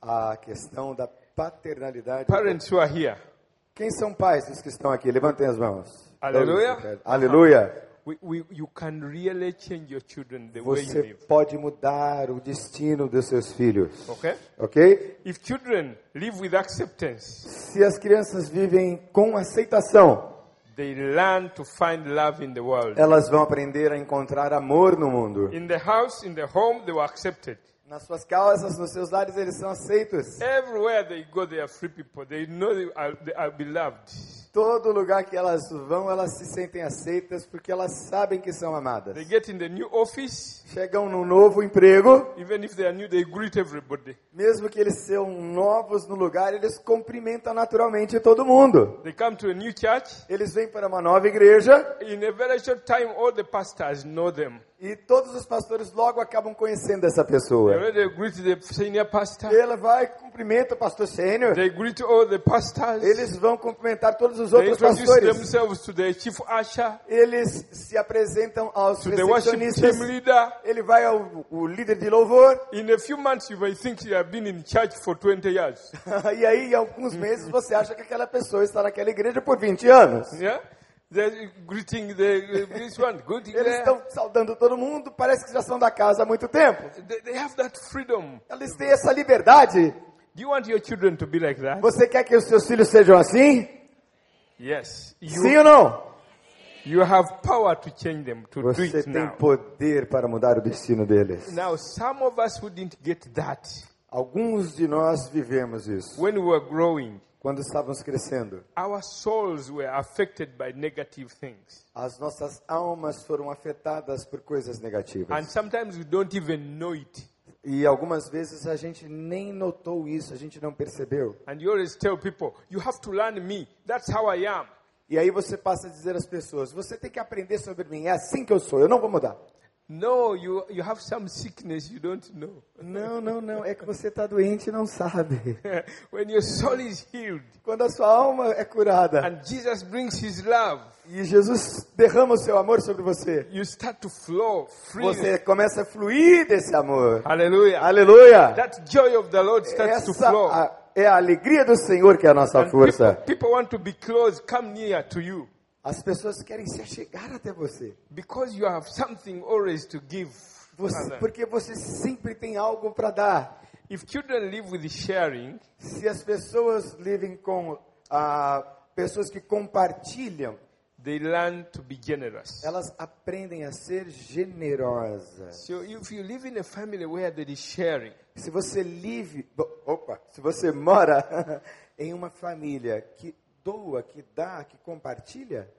[SPEAKER 1] A questão da paternalidade.
[SPEAKER 2] Parents who are here,
[SPEAKER 1] Quem são pais dos que estão aqui? Levantem as mãos.
[SPEAKER 2] Aleluia.
[SPEAKER 1] Todos. Aleluia.
[SPEAKER 2] we, we, you can really change your children the way you
[SPEAKER 1] Você
[SPEAKER 2] live.
[SPEAKER 1] pode mudar o destino dos seus filhos.
[SPEAKER 2] Okay?
[SPEAKER 1] Ok?
[SPEAKER 2] If children live with acceptance,
[SPEAKER 1] Se as crianças vivem com aceitação,
[SPEAKER 2] they learn to find love in the world.
[SPEAKER 1] elas vão aprender a encontrar amor no mundo.
[SPEAKER 2] In the house, in the home, they were accepted.
[SPEAKER 1] Nas suas casas, nos seus lares, eles são aceitos.
[SPEAKER 2] Everywhere they go, they are free people. They know they are, they are beloved.
[SPEAKER 1] Todo lugar que elas vão, elas se sentem aceitas porque elas sabem que são amadas.
[SPEAKER 2] They get in the new office.
[SPEAKER 1] Chegam num novo emprego,
[SPEAKER 2] Even if they are new, they greet everybody.
[SPEAKER 1] mesmo que eles sejam novos no lugar, eles cumprimentam naturalmente todo mundo.
[SPEAKER 2] They come to a new church.
[SPEAKER 1] Eles vêm para uma nova igreja
[SPEAKER 2] In a very short time, all the pastors know them.
[SPEAKER 1] e todos os pastores logo acabam conhecendo essa
[SPEAKER 2] They
[SPEAKER 1] pessoa.
[SPEAKER 2] already greet the senior pastor.
[SPEAKER 1] Ela vai cumprimenta o pastor sênior.
[SPEAKER 2] They greet all the pastors.
[SPEAKER 1] Eles vão cumprimentar todos os
[SPEAKER 2] They
[SPEAKER 1] outros
[SPEAKER 2] introduce
[SPEAKER 1] pastores.
[SPEAKER 2] themselves to the chief usher,
[SPEAKER 1] Eles se apresentam aos
[SPEAKER 2] to the worship
[SPEAKER 1] recepcionistas.
[SPEAKER 2] team leader.
[SPEAKER 1] Ele vai ao o líder de louvor.
[SPEAKER 2] In a few months, you may think you have been in church for 20 years.
[SPEAKER 1] e aí, em alguns meses, você acha que aquela pessoa está naquela igreja por 20 anos.
[SPEAKER 2] Yeah? They're greeting the, this one, greeting
[SPEAKER 1] Eles
[SPEAKER 2] that.
[SPEAKER 1] estão saudando todo mundo, parece que já são da casa há muito tempo.
[SPEAKER 2] They, they have that freedom.
[SPEAKER 1] Eles têm essa liberdade.
[SPEAKER 2] Do you want your children to be like that?
[SPEAKER 1] Você quer que os seus filhos sejam assim?
[SPEAKER 2] Yes.
[SPEAKER 1] Sim
[SPEAKER 2] You,
[SPEAKER 1] ou não?
[SPEAKER 2] you have power to change them, to do
[SPEAKER 1] Você
[SPEAKER 2] it
[SPEAKER 1] tem
[SPEAKER 2] now.
[SPEAKER 1] poder para mudar o destino deles.
[SPEAKER 2] Now, some of us who didn't get that
[SPEAKER 1] Alguns de nós vivemos isso.
[SPEAKER 2] when we were growing.
[SPEAKER 1] Quando estávamos crescendo,
[SPEAKER 2] Our souls were affected by negative things.
[SPEAKER 1] as nossas almas foram afetadas por coisas
[SPEAKER 2] And
[SPEAKER 1] negativas.
[SPEAKER 2] sometimes we don't even know it.
[SPEAKER 1] E algumas vezes a gente nem notou isso, a gente não percebeu.
[SPEAKER 2] And you always tell people, you have to learn me. That's how I am.
[SPEAKER 1] E aí você passa a dizer às pessoas: você tem que aprender sobre mim, é assim que eu sou, eu não vou mudar.
[SPEAKER 2] No, you, you have some sickness you don't know.
[SPEAKER 1] Não, não, não, é que você está doente e não sabe.
[SPEAKER 2] when your soul is healed
[SPEAKER 1] Quando a sua alma é curada
[SPEAKER 2] and Jesus brings his love,
[SPEAKER 1] e Jesus derrama o seu amor sobre você,
[SPEAKER 2] you start to flow freely.
[SPEAKER 1] você começa a fluir desse amor.
[SPEAKER 2] Hallelujah.
[SPEAKER 1] Aleluia!
[SPEAKER 2] That joy of the Lord starts to
[SPEAKER 1] Essa
[SPEAKER 2] flow.
[SPEAKER 1] a- é a alegria do Senhor que é a nossa
[SPEAKER 2] And people,
[SPEAKER 1] força.
[SPEAKER 2] people want to be close, come near to you.
[SPEAKER 1] As pessoas querem se achegar até você.
[SPEAKER 2] Because you have something always to give.
[SPEAKER 1] Você-
[SPEAKER 2] others.
[SPEAKER 1] porque você sempre tem algo para dar.
[SPEAKER 2] If children live with sharing,
[SPEAKER 1] Se as pessoas vivem com ah, pessoas que compartilham,
[SPEAKER 2] they learn to be generous.
[SPEAKER 1] elas aprendem a ser generosas.
[SPEAKER 2] So if you live in a family where there is sharing,
[SPEAKER 1] Se você vive, bo- opa, se você mora em uma família que doa, que dá, que compartilha,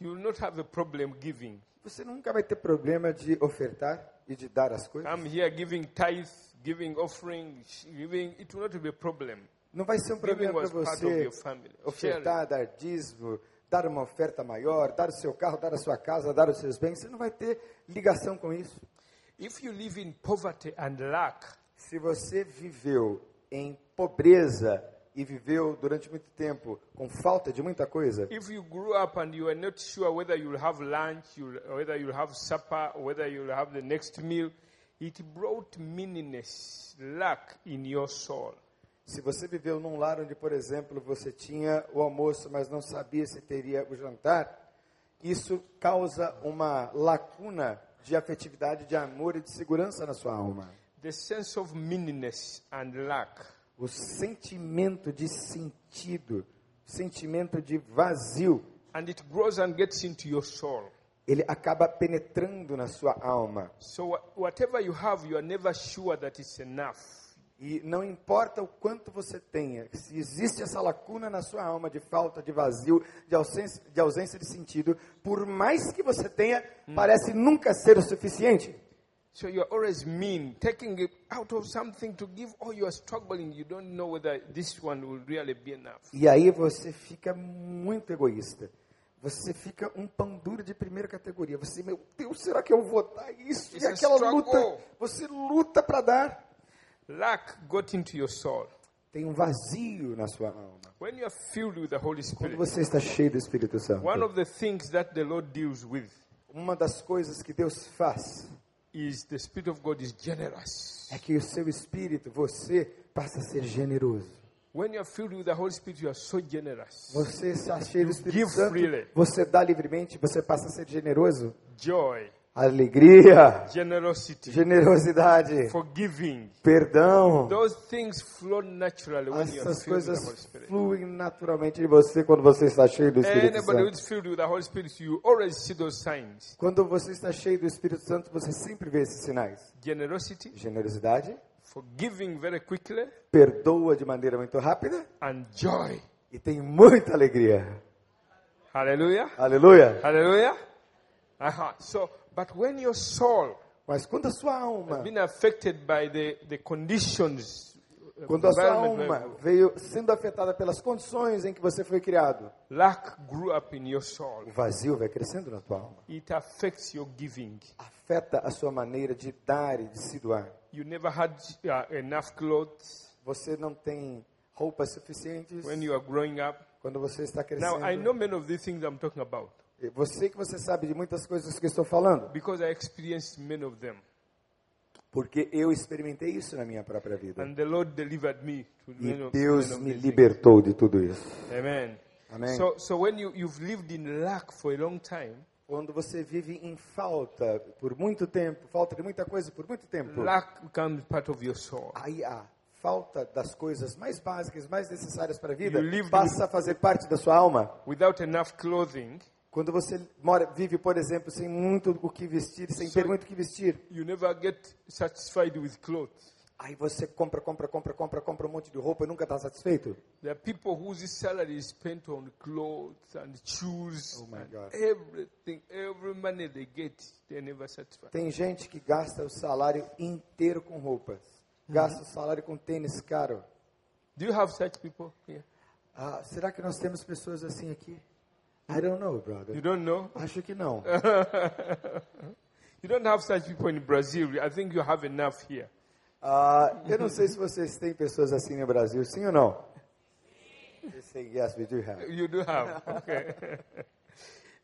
[SPEAKER 2] you will not have a problem giving.
[SPEAKER 1] você nunca vai ter problema de ofertar e de dar as coisas.
[SPEAKER 2] Come here giving tithe, giving offering, sh- giving, it will not be a problem.
[SPEAKER 1] Não vai ser um problema para
[SPEAKER 2] was part of
[SPEAKER 1] você
[SPEAKER 2] your family.
[SPEAKER 1] ofertar, dar dízimo, dar uma oferta maior, dar o seu carro, dar a sua casa, dar os seus bens. Você não vai ter ligação com isso.
[SPEAKER 2] If you live in poverty and lack,
[SPEAKER 1] Se você viveu em pobreza e viveu durante muito tempo com falta de muita coisa,
[SPEAKER 2] if you grew up and you are not sure whether you'll have lunch, you'll, or whether you'll have supper, or whether you'll have the next meal, it brought meaningless lack in your soul.
[SPEAKER 1] se você viveu num lar onde, por exemplo, você tinha o almoço, mas não sabia se teria o jantar, isso causa uma lacuna de afetividade, de amor e de segurança na sua alma.
[SPEAKER 2] The sense of meaningless and lack.
[SPEAKER 1] O sentimento de sentido, sentimento de vazio,
[SPEAKER 2] And it grows and gets into your soul.
[SPEAKER 1] ele acaba penetrando na sua alma.
[SPEAKER 2] So wha- whatever you have, you are never sure that it's enough.
[SPEAKER 1] E não importa o quanto você tenha, se existe essa lacuna na sua alma de falta, de vazio, de ausência de, ausência de sentido, por mais que você tenha,
[SPEAKER 2] Hum.
[SPEAKER 1] parece nunca ser o suficiente.
[SPEAKER 2] So you're always mean, taking it out of something to give, or you are struggling. You don't know whether this one will really be enough.
[SPEAKER 1] E aí você fica muito egoísta. Você fica um pão duro de primeira categoria. Você, meu Deus, será que eu vou dar isso?
[SPEAKER 2] It's
[SPEAKER 1] e
[SPEAKER 2] a
[SPEAKER 1] aquela luta,
[SPEAKER 2] struggle.
[SPEAKER 1] você luta para dar.
[SPEAKER 2] Lack got into your soul.
[SPEAKER 1] Tem um vazio na sua alma.
[SPEAKER 2] When you are filled with the Holy
[SPEAKER 1] Quando
[SPEAKER 2] Spirit,
[SPEAKER 1] você está cheio do Espírito Santo,
[SPEAKER 2] one of the things that the Lord deals with
[SPEAKER 1] uma das coisas que Deus faz
[SPEAKER 2] is the Spirit of God is generous.
[SPEAKER 1] é que o seu espírito, você, passa a ser generoso.
[SPEAKER 2] When you are filled with the Holy Spirit, you are so generous.
[SPEAKER 1] Você está cheio do Espírito
[SPEAKER 2] give
[SPEAKER 1] Santo,
[SPEAKER 2] freely.
[SPEAKER 1] você dá livremente, você passa a ser generoso.
[SPEAKER 2] Joy,
[SPEAKER 1] Alegria,
[SPEAKER 2] generosity,
[SPEAKER 1] generosidade,
[SPEAKER 2] forgiving.
[SPEAKER 1] perdão.
[SPEAKER 2] Those things flow naturally when you are
[SPEAKER 1] Essas
[SPEAKER 2] filled with the Holy
[SPEAKER 1] coisas
[SPEAKER 2] Spirit.
[SPEAKER 1] fluem naturalmente de você quando você está cheio do
[SPEAKER 2] É,
[SPEAKER 1] Espírito
[SPEAKER 2] Anybody
[SPEAKER 1] Santo.
[SPEAKER 2] who's filled with the Holy Spirit, you always see those signs.
[SPEAKER 1] Quando você está cheio do Espírito Santo, você sempre vê esses sinais.
[SPEAKER 2] Generosity,
[SPEAKER 1] Generosidade,
[SPEAKER 2] forgiving very quickly,
[SPEAKER 1] perdoa de maneira muito rápida
[SPEAKER 2] and joy.
[SPEAKER 1] e tem muita alegria.
[SPEAKER 2] Hallelujah.
[SPEAKER 1] Aleluia!
[SPEAKER 2] Hallelujah. Uh-huh. So, but when your soul
[SPEAKER 1] Mas quando a sua alma,
[SPEAKER 2] been affected by the, the conditions, uh,
[SPEAKER 1] quando a sua
[SPEAKER 2] environment where
[SPEAKER 1] alma veio sendo afetada pelas condições em que você foi criado,
[SPEAKER 2] lack grew up in your soul,
[SPEAKER 1] o vazio vai crescendo na tua alma.
[SPEAKER 2] it affects your giving.
[SPEAKER 1] Afeta a sua maneira de dar e de se doar.
[SPEAKER 2] You never had uh, enough clothes
[SPEAKER 1] Você não tem roupas suficientes
[SPEAKER 2] when you are growing up.
[SPEAKER 1] quando você está
[SPEAKER 2] Now,
[SPEAKER 1] crescendo.
[SPEAKER 2] I know many of these things I'm talking about
[SPEAKER 1] E Você que você sabe de muitas coisas que eu estou falando,
[SPEAKER 2] because I experienced many of them.
[SPEAKER 1] porque eu experimentei isso na minha própria vida.
[SPEAKER 2] And the Lord delivered me to
[SPEAKER 1] E
[SPEAKER 2] many of, many
[SPEAKER 1] Deus
[SPEAKER 2] of
[SPEAKER 1] me
[SPEAKER 2] these things.
[SPEAKER 1] libertou de tudo isso.
[SPEAKER 2] Amen.
[SPEAKER 1] Amen.
[SPEAKER 2] So, so when you, you've lived in lack for a long time,
[SPEAKER 1] Quando você vive em falta por muito tempo, falta de muita coisa por muito tempo,
[SPEAKER 2] lack becomes part of your soul.
[SPEAKER 1] aí a falta das coisas mais básicas, mais necessárias para a vida,
[SPEAKER 2] You lived
[SPEAKER 1] passa a fazer parte da sua alma.
[SPEAKER 2] Without enough clothing,
[SPEAKER 1] Quando você mora, vive, por exemplo, sem muito o que vestir, sem ter muito o que vestir,
[SPEAKER 2] you never get satisfied with clothes.
[SPEAKER 1] aí você compra, compra, compra, compra, compra um monte de roupa e nunca está satisfeito.
[SPEAKER 2] There are people whose salary is spent on clothes and shoes
[SPEAKER 1] Oh my
[SPEAKER 2] and
[SPEAKER 1] God.
[SPEAKER 2] everything, every money they get, they're never satisfied.
[SPEAKER 1] Tem gente que gasta o salário inteiro com roupas, gasta o salário com tênis caro.
[SPEAKER 2] Do you have such people here?
[SPEAKER 1] Ah, será que nós temos pessoas assim aqui? I don't know,
[SPEAKER 2] You
[SPEAKER 1] brother.
[SPEAKER 2] don't know?
[SPEAKER 1] Acho que não.
[SPEAKER 2] You don't have such people in Brazil. I think you have enough here.
[SPEAKER 1] Ah, eu não sei se vocês têm pessoas assim no Brasil, sim ou não? They say, yes, we do have.
[SPEAKER 2] You do have. Okay.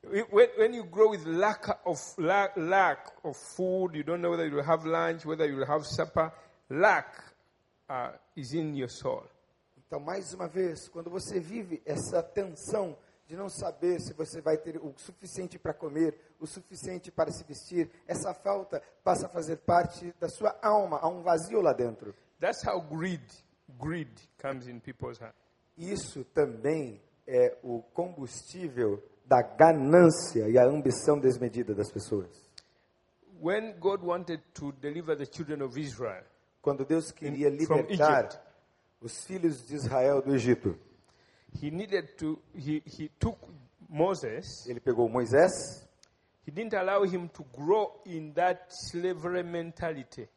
[SPEAKER 2] when, when you grow with lack of lack, lack of food, you don't know whether you'll have lunch, whether you'll have supper. Lack uh, is in your soul.
[SPEAKER 1] Então, mais uma vez, quando você vive essa tensão de não saber se você vai ter o suficiente para comer, o suficiente para se vestir, essa falta passa a fazer parte da sua alma, há um vazio lá dentro.
[SPEAKER 2] That's how greed greed comes in people's hands.
[SPEAKER 1] Isso também é o combustível da ganância e a ambição desmedida das pessoas.
[SPEAKER 2] When God wanted to deliver the children of Israel,
[SPEAKER 1] Quando Deus queria
[SPEAKER 2] In- from
[SPEAKER 1] libertar
[SPEAKER 2] Egypt.
[SPEAKER 1] os filhos de Israel do Egito,
[SPEAKER 2] He needed to. He he took Moses.
[SPEAKER 1] ele pegou Moisés,
[SPEAKER 2] He didn't allow him to grow in that slavery mentality.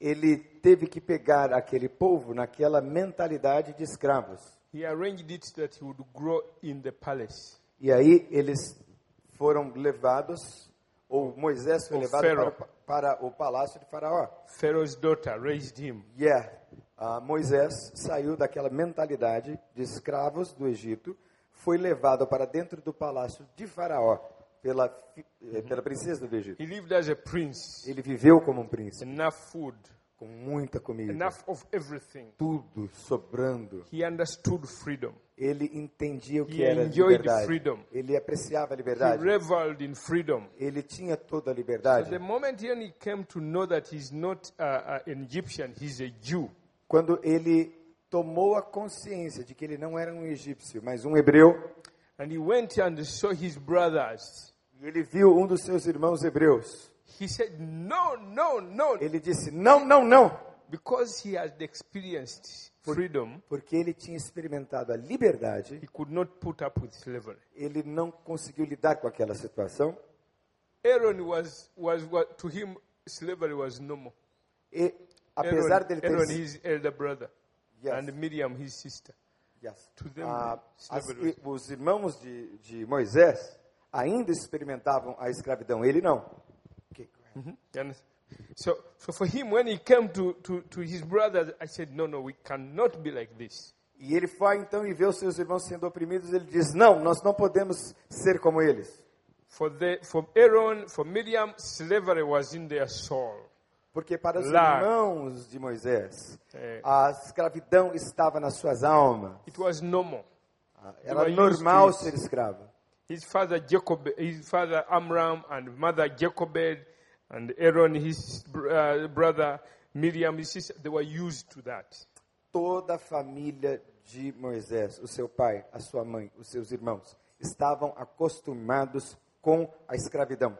[SPEAKER 1] ele teve que pegar aquele povo naquela mentalidade de escravos.
[SPEAKER 2] He arranged it that he would grow in the palace.
[SPEAKER 1] E aí eles foram levados, ou Moisés foi
[SPEAKER 2] Ou
[SPEAKER 1] levado para,
[SPEAKER 2] Faraó.
[SPEAKER 1] o pa- para o palácio de Faraó.
[SPEAKER 2] Pharaoh's daughter raised him.
[SPEAKER 1] Yeah. Ah, Moisés saiu daquela mentalidade de escravos do Egito, foi levado para dentro do palácio de Faraó pela, fi- eh,
[SPEAKER 2] Uhum.
[SPEAKER 1] pela princesa do Egito.
[SPEAKER 2] He lived as a prince.
[SPEAKER 1] Ele viveu como um príncipe,
[SPEAKER 2] Enough food,
[SPEAKER 1] com muita comida,
[SPEAKER 2] enough of everything.
[SPEAKER 1] tudo sobrando.
[SPEAKER 2] He understood freedom.
[SPEAKER 1] Ele entendia o que
[SPEAKER 2] He
[SPEAKER 1] era
[SPEAKER 2] enjoyed
[SPEAKER 1] liberdade.
[SPEAKER 2] freedom.
[SPEAKER 1] Ele apreciava a
[SPEAKER 2] He
[SPEAKER 1] liberdade.
[SPEAKER 2] reveled in freedom.
[SPEAKER 1] Ele tinha toda a
[SPEAKER 2] But
[SPEAKER 1] liberdade.
[SPEAKER 2] the moment when he came to know that he's not uh, uh, an Egyptian, he's a Jew,
[SPEAKER 1] Quando ele tomou a consciência de que ele não era um egípcio, mas um hebreu,
[SPEAKER 2] and he went and saw his brothers,
[SPEAKER 1] e ele viu um dos seus irmãos hebreus.
[SPEAKER 2] he said, No, no, no,
[SPEAKER 1] Ele disse: Não, não, não.
[SPEAKER 2] because he had experienced freedom,
[SPEAKER 1] Porque ele tinha experimentado a liberdade,
[SPEAKER 2] he could not put up with slavery.
[SPEAKER 1] ele não conseguiu lidar com aquela situação.
[SPEAKER 2] Aaron was, was, was to him, slavery was normal.
[SPEAKER 1] E apesar
[SPEAKER 2] Aaron,
[SPEAKER 1] dele ter.
[SPEAKER 2] Aaron, his elder brother,
[SPEAKER 1] Yes.
[SPEAKER 2] and Miriam, his sister.
[SPEAKER 1] Yes.
[SPEAKER 2] to them,
[SPEAKER 1] Ah, as-
[SPEAKER 2] slavery.
[SPEAKER 1] os irmãos de, de Moisés ainda experimentavam a escravidão, ele não. Okay, go ahead.
[SPEAKER 2] You understand? So, so for him, when he came to, to, to his brothers, I said, no, no, we cannot be like this.
[SPEAKER 1] E ele foi então e vê os seus irmãos sendo oprimidos, ele diz: Não, nós não podemos ser como eles.
[SPEAKER 2] For, the, for Aaron, for Miriam, slavery was in their soul.
[SPEAKER 1] Porque para os
[SPEAKER 2] Lá.
[SPEAKER 1] irmãos de Moisés,
[SPEAKER 2] É.
[SPEAKER 1] a escravidão estava nas suas almas.
[SPEAKER 2] It was normal.
[SPEAKER 1] Era
[SPEAKER 2] used
[SPEAKER 1] normal
[SPEAKER 2] to it.
[SPEAKER 1] ser escravo.
[SPEAKER 2] His father Jacob, his father Amram, and mother Jacobed, and Aaron, his br- uh, brother Miriam, his sister, they were used to that.
[SPEAKER 1] Toda a família de Moisés, o seu pai, a sua mãe, os seus irmãos, estavam acostumados com a escravidão.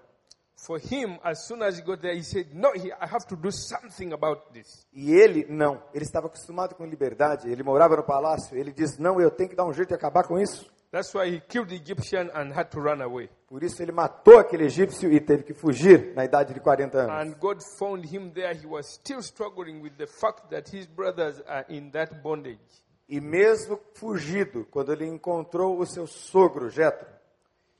[SPEAKER 2] For him, as soon as he got there, he said, "No, he, I have to do something about this."
[SPEAKER 1] E ele não, ele estava acostumado com liberdade, ele morava no palácio, ele diz: "Não, eu tenho que dar um jeito de acabar com isso".
[SPEAKER 2] That's why he killed the Egyptian and had to run away.
[SPEAKER 1] Por isso ele matou aquele egípcio e teve que fugir na idade de 40 anos.
[SPEAKER 2] And God found him there. He was still struggling with the fact that his brothers are in that bondage.
[SPEAKER 1] E mesmo fugido, quando ele encontrou o seu sogro Jetro,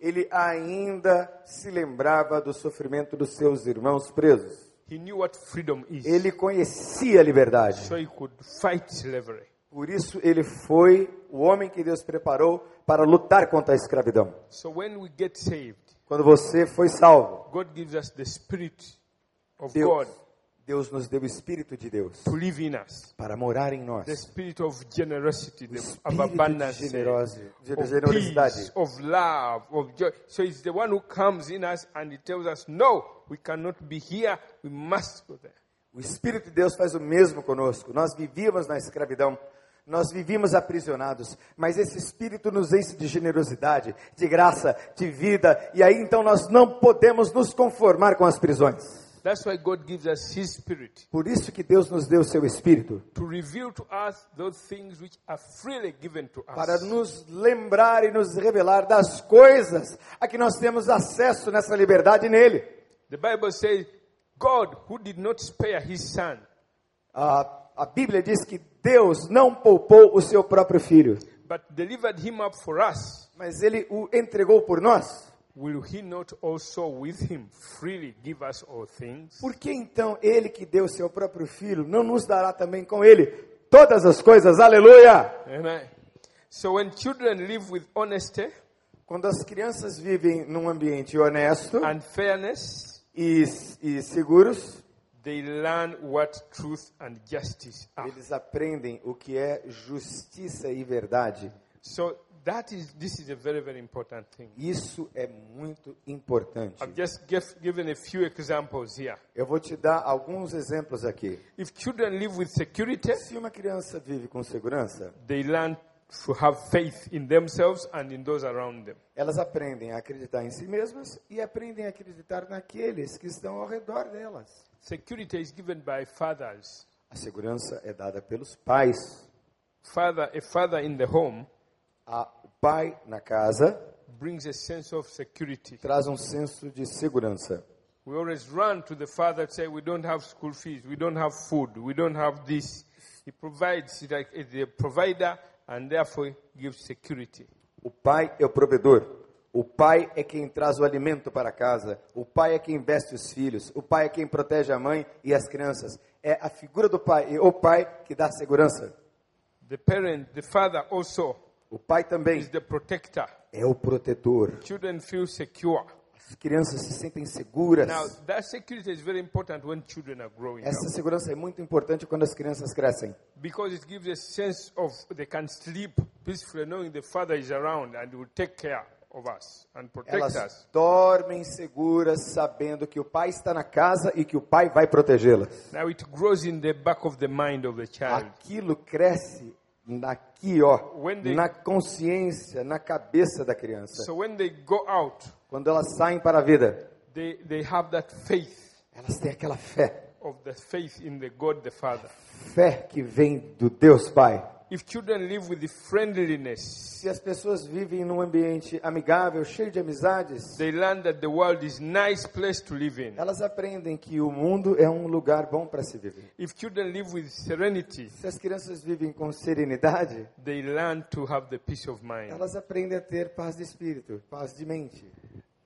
[SPEAKER 1] ele ainda se lembrava do sofrimento dos seus irmãos presos.
[SPEAKER 2] He knew what freedom is,
[SPEAKER 1] Ele conhecia a liberdade.
[SPEAKER 2] so he could fight slavery.
[SPEAKER 1] Por isso ele foi o homem que Deus preparou para lutar contra a escravidão.
[SPEAKER 2] So when we get saved,
[SPEAKER 1] Quando você foi salvo,
[SPEAKER 2] God gives us the Spirit of God
[SPEAKER 1] Deus, Deus nos deu o espírito de Deus
[SPEAKER 2] to live in us.
[SPEAKER 1] para morar em nós.
[SPEAKER 2] The spirit of generosity, the, of
[SPEAKER 1] Espírito de
[SPEAKER 2] abundance, eh,
[SPEAKER 1] generosi- de-
[SPEAKER 2] of
[SPEAKER 1] generosidade.
[SPEAKER 2] peace, of love, of joy. So it's the one who comes in us and he tells us, no, we cannot be here, we must go there.
[SPEAKER 1] O Espírito de Deus faz o mesmo conosco. Nós vivíamos na escravidão, nós vivíamos aprisionados, mas esse Espírito nos enche de generosidade, de graça, de vida, e aí então nós não podemos nos conformar com as prisões.
[SPEAKER 2] That's why God gives us his spirit
[SPEAKER 1] Por isso que Deus nos deu o seu Espírito,
[SPEAKER 2] to reveal to us those things which are freely given to us.
[SPEAKER 1] para nos lembrar e nos revelar das coisas a que nós temos acesso nessa liberdade nele.
[SPEAKER 2] The Bible says, God who did not spare his son,
[SPEAKER 1] A, a Bíblia diz que Deus não poupou o seu próprio filho,
[SPEAKER 2] but delivered him up for us,
[SPEAKER 1] mas ele o entregou por nós.
[SPEAKER 2] will he not also with him freely give us all things?
[SPEAKER 1] Por que então ele que deu seu próprio filho não nos dará também com ele todas as coisas? Aleluia!
[SPEAKER 2] Amen. So when children live with honesty
[SPEAKER 1] Quando as crianças vivem num ambiente honesto
[SPEAKER 2] and fairness,
[SPEAKER 1] e, e seguros,
[SPEAKER 2] they learn what truth and justice are.
[SPEAKER 1] eles aprendem o que é justiça e verdade.
[SPEAKER 2] So that is this is a very very important thing.
[SPEAKER 1] Isso é muito importante.
[SPEAKER 2] I've just gif- given a few examples here.
[SPEAKER 1] Eu vou te dar alguns exemplos aqui.
[SPEAKER 2] If children live with security,
[SPEAKER 1] Se uma criança vive com segurança,
[SPEAKER 2] they learn to have faith in themselves and in those around them.
[SPEAKER 1] elas aprendem a acreditar em si mesmas e aprendem a acreditar naqueles que estão ao redor delas.
[SPEAKER 2] Security is given by fathers.
[SPEAKER 1] A segurança é dada pelos pais.
[SPEAKER 2] Father, a father in the home
[SPEAKER 1] A- Ah, o pai na casa
[SPEAKER 2] brings a sense of security.
[SPEAKER 1] traz um senso de segurança.
[SPEAKER 2] We always run to the father and say, We don't have school fees, we don't have food, we don't have this. He provides, he like, is the provider, and therefore gives security.
[SPEAKER 1] O pai é o provedor. O pai é quem traz o alimento para casa. O pai é quem veste os filhos. O pai é quem protege a mãe e as crianças. É a figura do pai e o pai que dá segurança.
[SPEAKER 2] The parent, the father also
[SPEAKER 1] O pai
[SPEAKER 2] is
[SPEAKER 1] também
[SPEAKER 2] the protector.
[SPEAKER 1] é o protetor.
[SPEAKER 2] Children feel secure.
[SPEAKER 1] As crianças se sentem seguras.
[SPEAKER 2] Now, that security is very important when children are growing up
[SPEAKER 1] Essa segurança é muito importante quando as crianças crescem,
[SPEAKER 2] because it gives a sense of they can sleep peacefully knowing the father is around and will take care of us and protect
[SPEAKER 1] elas
[SPEAKER 2] us.
[SPEAKER 1] dormem seguras sabendo que o pai está na casa e que o pai vai protegê-las.
[SPEAKER 2] Now, it grows in the back of the mind of the child.
[SPEAKER 1] aquilo cresce aqui, ó,
[SPEAKER 2] When they-
[SPEAKER 1] na consciência, na cabeça da criança.
[SPEAKER 2] So when they go out,
[SPEAKER 1] Quando elas saem para a vida,
[SPEAKER 2] they, they have that faith
[SPEAKER 1] elas têm aquela fé,
[SPEAKER 2] of the faith in the God the Father.
[SPEAKER 1] fé que vem do Deus Pai.
[SPEAKER 2] If children live with the friendliness,
[SPEAKER 1] Se as pessoas vivem num ambiente amigável, cheio de amizades,
[SPEAKER 2] they learn that the world is nice place to live in.
[SPEAKER 1] elas aprendem que o mundo é um lugar bom para se viver.
[SPEAKER 2] If children live with serenity,
[SPEAKER 1] Se as crianças vivem com serenidade,
[SPEAKER 2] they learn to have the peace of mind.
[SPEAKER 1] elas aprendem a ter paz de espírito, paz de mente.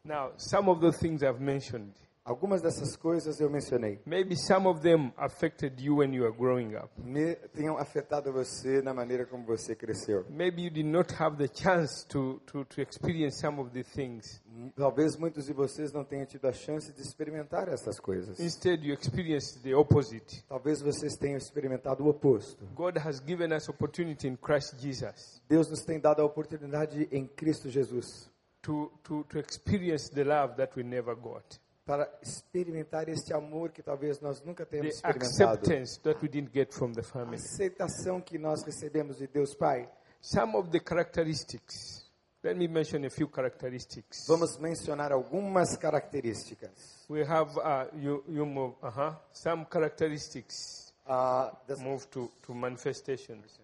[SPEAKER 2] Now, some of the things I've mentioned,
[SPEAKER 1] Algumas dessas coisas eu mencionei.
[SPEAKER 2] maybe some of them affected you when you were growing up.
[SPEAKER 1] Me, tenham afetado você na maneira como você cresceu.
[SPEAKER 2] Maybe you did not have the chance to, to, to experience some of the things.
[SPEAKER 1] Talvez muitos de vocês não tenham tido a chance de experimentar essas coisas.
[SPEAKER 2] Instead, you experienced the opposite.
[SPEAKER 1] Talvez vocês tenham experimentado o oposto.
[SPEAKER 2] God has given us opportunity in Christ Jesus
[SPEAKER 1] Deus nos tem dado a oportunidade em Cristo Jesus
[SPEAKER 2] to, to, to experience the love that we never got,
[SPEAKER 1] para experimentar este amor que talvez nós nunca
[SPEAKER 2] the
[SPEAKER 1] tenhamos experimentado.
[SPEAKER 2] acceptance that we didn't get from the
[SPEAKER 1] A
[SPEAKER 2] family.
[SPEAKER 1] aceitação que nós recebemos de Deus Pai.
[SPEAKER 2] Some of the characteristics. Let me mention a few characteristics.
[SPEAKER 1] Vamos mencionar algumas características.
[SPEAKER 2] We have uh, you, you move uh-huh, some characteristics.
[SPEAKER 1] Ah, das
[SPEAKER 2] Move to, to manifestations.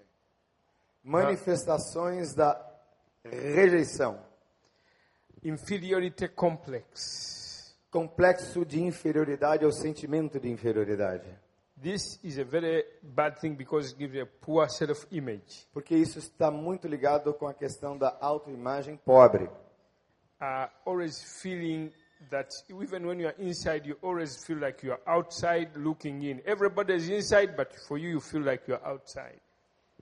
[SPEAKER 1] manifestações da rejeição.
[SPEAKER 2] Inferiority complex.
[SPEAKER 1] Complexo de inferioridade ou sentimento de inferioridade.
[SPEAKER 2] This is a very bad thing because it gives a poor self image.
[SPEAKER 1] Porque isso está muito ligado com a questão da autoimagem pobre.
[SPEAKER 2] Uh, always feeling that even when you are inside, you always feel like you are outside looking in. Everybody is inside, but for you, you feel like you are outside.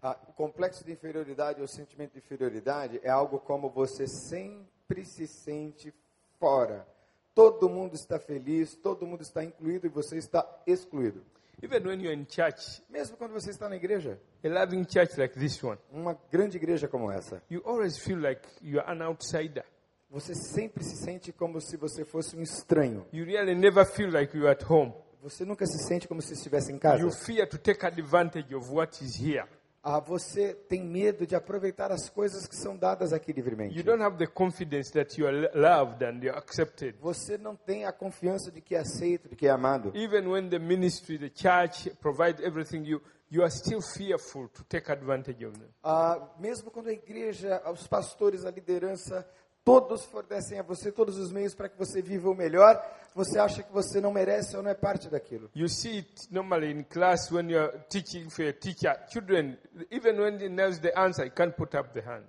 [SPEAKER 1] Ah, o complexo de inferioridade ou sentimento de inferioridade é algo como você sempre se sente fora. Todo mundo está feliz, todo mundo está incluído e você está excluído.
[SPEAKER 2] Even when you're in church,
[SPEAKER 1] Mesmo quando você está na igreja,
[SPEAKER 2] a loving church like this one,
[SPEAKER 1] uma grande igreja como essa,
[SPEAKER 2] you always feel like you are an outsider.
[SPEAKER 1] você sempre se sente como se você fosse um estranho.
[SPEAKER 2] You really never feel like you're at home.
[SPEAKER 1] Você nunca se sente como se estivesse em casa.
[SPEAKER 2] You fear to take advantage of what is here.
[SPEAKER 1] Ah, você tem medo de aproveitar as coisas que são dadas aqui livremente.
[SPEAKER 2] You don't have the confidence that you are lo- loved and you're accepted.
[SPEAKER 1] Você não tem a confiança de que é aceito, de que é amado.
[SPEAKER 2] Even when the ministry, the church provides everything, you, you are still fearful to take advantage of them.
[SPEAKER 1] Ah, mesmo quando a igreja, os pastores, a liderança, todos fornecem a você todos os meios para que você viva o melhor, você acha que você não merece ou não é parte daquilo.
[SPEAKER 2] You see it normally in class when you're teaching for a teacher. Children, even when they knows the answer, you can't put up the hand.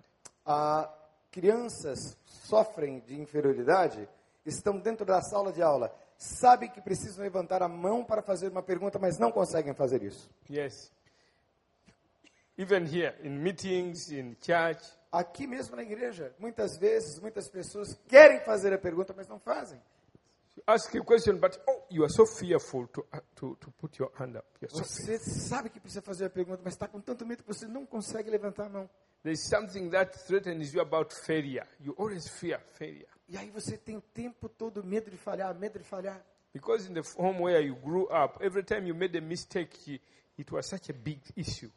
[SPEAKER 1] Ah, crianças sofrem de inferioridade, estão dentro da sala de aula, sabem que precisam levantar a mão para fazer uma pergunta, mas não conseguem fazer isso.
[SPEAKER 2] Yes. Even here, in meetings, in church,
[SPEAKER 1] Aqui mesmo na igreja, muitas vezes, muitas pessoas querem fazer a pergunta, mas não fazem.
[SPEAKER 2] You ask a question, but oh, you are so fearful to, uh, to, to put your hand up. You're so
[SPEAKER 1] Você
[SPEAKER 2] fearful.
[SPEAKER 1] sabe que precisa fazer a pergunta, mas está com tanto medo que você não consegue levantar a mão.
[SPEAKER 2] There's something that threatens you about failure. You always fear failure.
[SPEAKER 1] E aí você tem o tempo todo medo de falhar, medo de falhar.
[SPEAKER 2] Because in the home where you grew up, every time you made a mistake, i- it was such a big issue.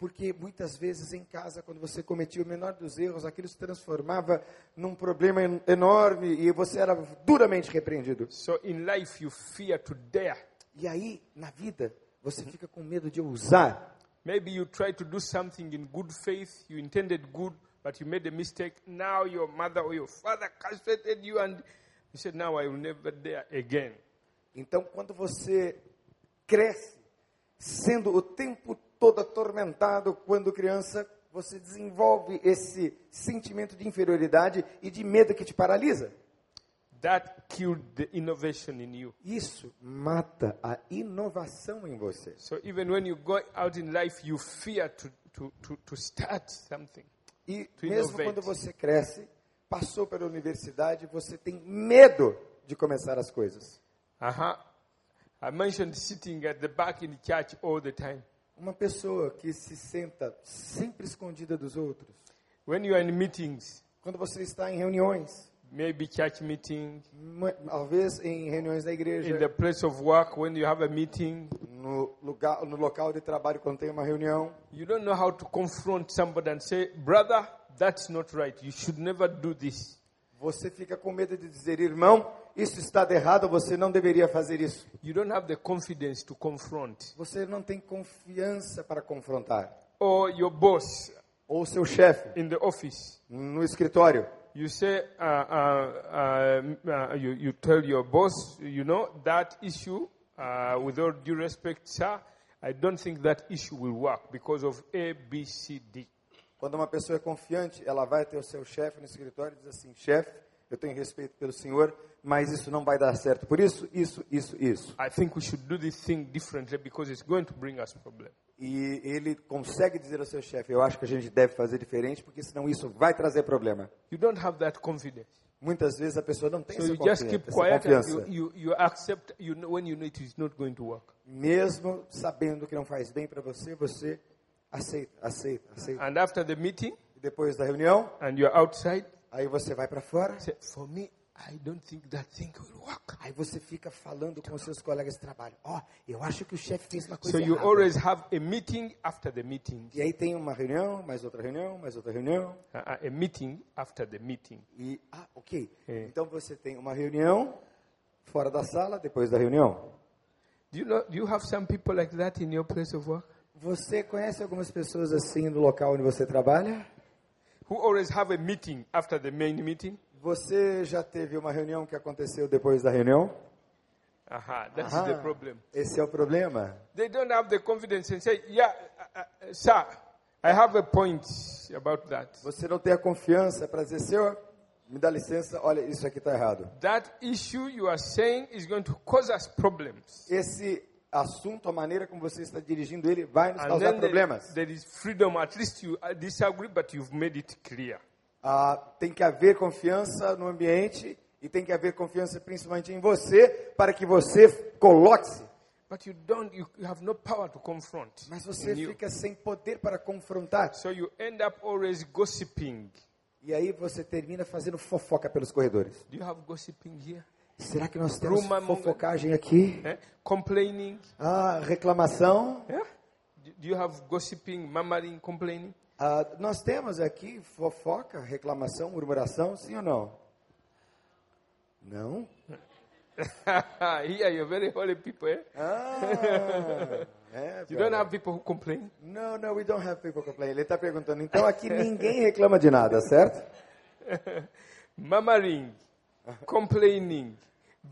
[SPEAKER 1] Porque muitas vezes em casa, quando você cometia o menor dos erros, aquilo se transformava num problema en- enorme e você era duramente repreendido.
[SPEAKER 2] So in life, you fear to dare.
[SPEAKER 1] E aí, na vida, você fica com medo de ousar.
[SPEAKER 2] Maybe you try to do something in good faith, you intended good, but you made a mistake. Now your mother or your father castrated you, and you said, Now I will never dare again.
[SPEAKER 1] Então, quando você cresce, sendo o tempo todo atormentado quando criança, você desenvolve esse sentimento de inferioridade e de medo que te paralisa.
[SPEAKER 2] That killed the innovation in you.
[SPEAKER 1] Isso mata a inovação em você.
[SPEAKER 2] So even when you go out in life, you fear to, to, to, to start something.
[SPEAKER 1] E
[SPEAKER 2] To
[SPEAKER 1] mesmo
[SPEAKER 2] innovate.
[SPEAKER 1] quando você cresce, passou pela universidade, você tem medo de começar as coisas.
[SPEAKER 2] Uh-huh. I mentioned sitting at the back in the church all the time.
[SPEAKER 1] Uma pessoa que se senta sempre escondida dos outros.
[SPEAKER 2] When you are in meetings,
[SPEAKER 1] Quando você está em reuniões,
[SPEAKER 2] maybe church meeting,
[SPEAKER 1] ma- talvez em reuniões da igreja,
[SPEAKER 2] in the place of work, when you have a meeting,
[SPEAKER 1] no lugar, no local de trabalho quando tem uma reunião,
[SPEAKER 2] you don't know how to confront somebody and say, brother, that's not right. You should never do this.
[SPEAKER 1] você fica com medo de dizer, irmão, isso está de errado, você não deveria fazer isso.
[SPEAKER 2] You don't have the confidence to confront.
[SPEAKER 1] Você não tem confiança para confrontar.
[SPEAKER 2] Or your boss
[SPEAKER 1] Ou seu chefe
[SPEAKER 2] in the office.
[SPEAKER 1] no escritório,
[SPEAKER 2] You say, uh, uh, uh, uh, you, you tell your boss, you know, that issue, uh, with all due respect, sir, I don't think that issue will work because of A, B, C, D.
[SPEAKER 1] quando uma pessoa é confiante, ela vai até o seu chefe no escritório e diz assim: chefe, eu tenho respeito pelo Senhor, mas isso não vai dar certo. Por isso, isso, isso, isso.
[SPEAKER 2] I think we should do this thing differently because it's going to bring us problem.
[SPEAKER 1] E ele consegue dizer ao seu chefe: Eu acho que a gente deve fazer diferente, porque senão isso vai trazer problema.
[SPEAKER 2] You don't have that confidence.
[SPEAKER 1] Muitas vezes a pessoa não tem
[SPEAKER 2] So
[SPEAKER 1] essa,
[SPEAKER 2] you just keep
[SPEAKER 1] confiança, essa
[SPEAKER 2] quiet and you,
[SPEAKER 1] confiança,
[SPEAKER 2] you, you accept you know, when you know it is not going to work.
[SPEAKER 1] mesmo sabendo que não faz bem para você, você aceita, aceita, aceita.
[SPEAKER 2] And after the meeting
[SPEAKER 1] E depois da reunião,
[SPEAKER 2] and you're outside,
[SPEAKER 1] aí você vai para fora.
[SPEAKER 2] say, for me, I don't think that thing will work.
[SPEAKER 1] Aí você fica falando com os seus colegas de trabalho. Ó, eu acho que o chefe fez uma coisa
[SPEAKER 2] So you
[SPEAKER 1] errada.
[SPEAKER 2] always have a meeting after the meeting,
[SPEAKER 1] E aí tem uma reunião, mais outra reunião, mais outra reunião.
[SPEAKER 2] uh, uh, a meeting after the meeting.
[SPEAKER 1] E, ah, ok.
[SPEAKER 2] É.
[SPEAKER 1] Então você tem uma reunião fora da sala, depois da reunião.
[SPEAKER 2] Do you know? Do you have some people like that in your place of work
[SPEAKER 1] Você conhece algumas pessoas assim no local onde você trabalha?
[SPEAKER 2] who always have a meeting after the main meeting?
[SPEAKER 1] Você já teve uma reunião que aconteceu depois da reunião?
[SPEAKER 2] Aha, that's
[SPEAKER 1] Ah,
[SPEAKER 2] the problem.
[SPEAKER 1] Esse é o problema.
[SPEAKER 2] They don't have the confidence and say, yeah, uh, uh, sir, I have a point about that.
[SPEAKER 1] Você não tem a confiança para dizer, senhor, me dá licença, olha, isso aqui está errado.
[SPEAKER 2] That issue you are saying is going to cause us problems.
[SPEAKER 1] Esse assunto, a maneira como você está dirigindo ele, vai nos
[SPEAKER 2] And
[SPEAKER 1] causar
[SPEAKER 2] then there-
[SPEAKER 1] problemas.
[SPEAKER 2] there is freedom. At least you uh, disagree, but you've made it clear.
[SPEAKER 1] Ah, tem que haver confiança no ambiente e tem que haver confiança principalmente em você para que você coloque-se.
[SPEAKER 2] But you don't. You, you have no power to confront.
[SPEAKER 1] Mas você
[SPEAKER 2] in you.
[SPEAKER 1] fica sem poder para confrontar.
[SPEAKER 2] So you end up always gossiping.
[SPEAKER 1] E aí você termina fazendo fofoca pelos corredores.
[SPEAKER 2] Do you have gossiping here?
[SPEAKER 1] Será que nós temos
[SPEAKER 2] Rumor monger.
[SPEAKER 1] fofocagem aqui?
[SPEAKER 2] Eh? Complaining?
[SPEAKER 1] Ah, reclamação.
[SPEAKER 2] Yeah? Do do you have gossiping, murmuring, complaining?
[SPEAKER 1] Ah, nós temos aqui fofoca, reclamação, murmuração, sim ou não? Não?
[SPEAKER 2] here you're very holy people. Eh?
[SPEAKER 1] Ah, é,
[SPEAKER 2] You don't have people who complain.
[SPEAKER 1] Não, não, we don't have people complaining. Ele está perguntando, então aqui ninguém reclama de nada, certo?
[SPEAKER 2] Murmuring, complaining,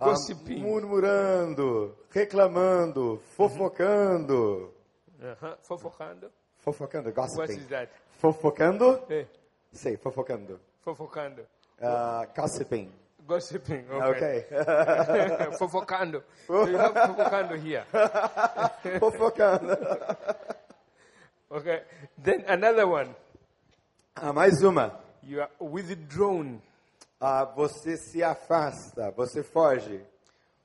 [SPEAKER 1] Ah,
[SPEAKER 2] gossiping.
[SPEAKER 1] murmurando, reclamando, fofocando.
[SPEAKER 2] Uh-huh. Fofocando.
[SPEAKER 1] Fofocando,
[SPEAKER 2] What
[SPEAKER 1] gossiping.
[SPEAKER 2] is that?
[SPEAKER 1] Fofocando?
[SPEAKER 2] Eh,
[SPEAKER 1] Sei, fofocando.
[SPEAKER 2] fofocando.
[SPEAKER 1] Ah, gossiping.
[SPEAKER 2] Gossiping. Okay.
[SPEAKER 1] Ok.
[SPEAKER 2] fofocando. So you have fofocando here.
[SPEAKER 1] fofocando.
[SPEAKER 2] Okay. Then another one.
[SPEAKER 1] Ah, mais uma.
[SPEAKER 2] You are withdrawn.
[SPEAKER 1] Ah, você se afasta, você foge.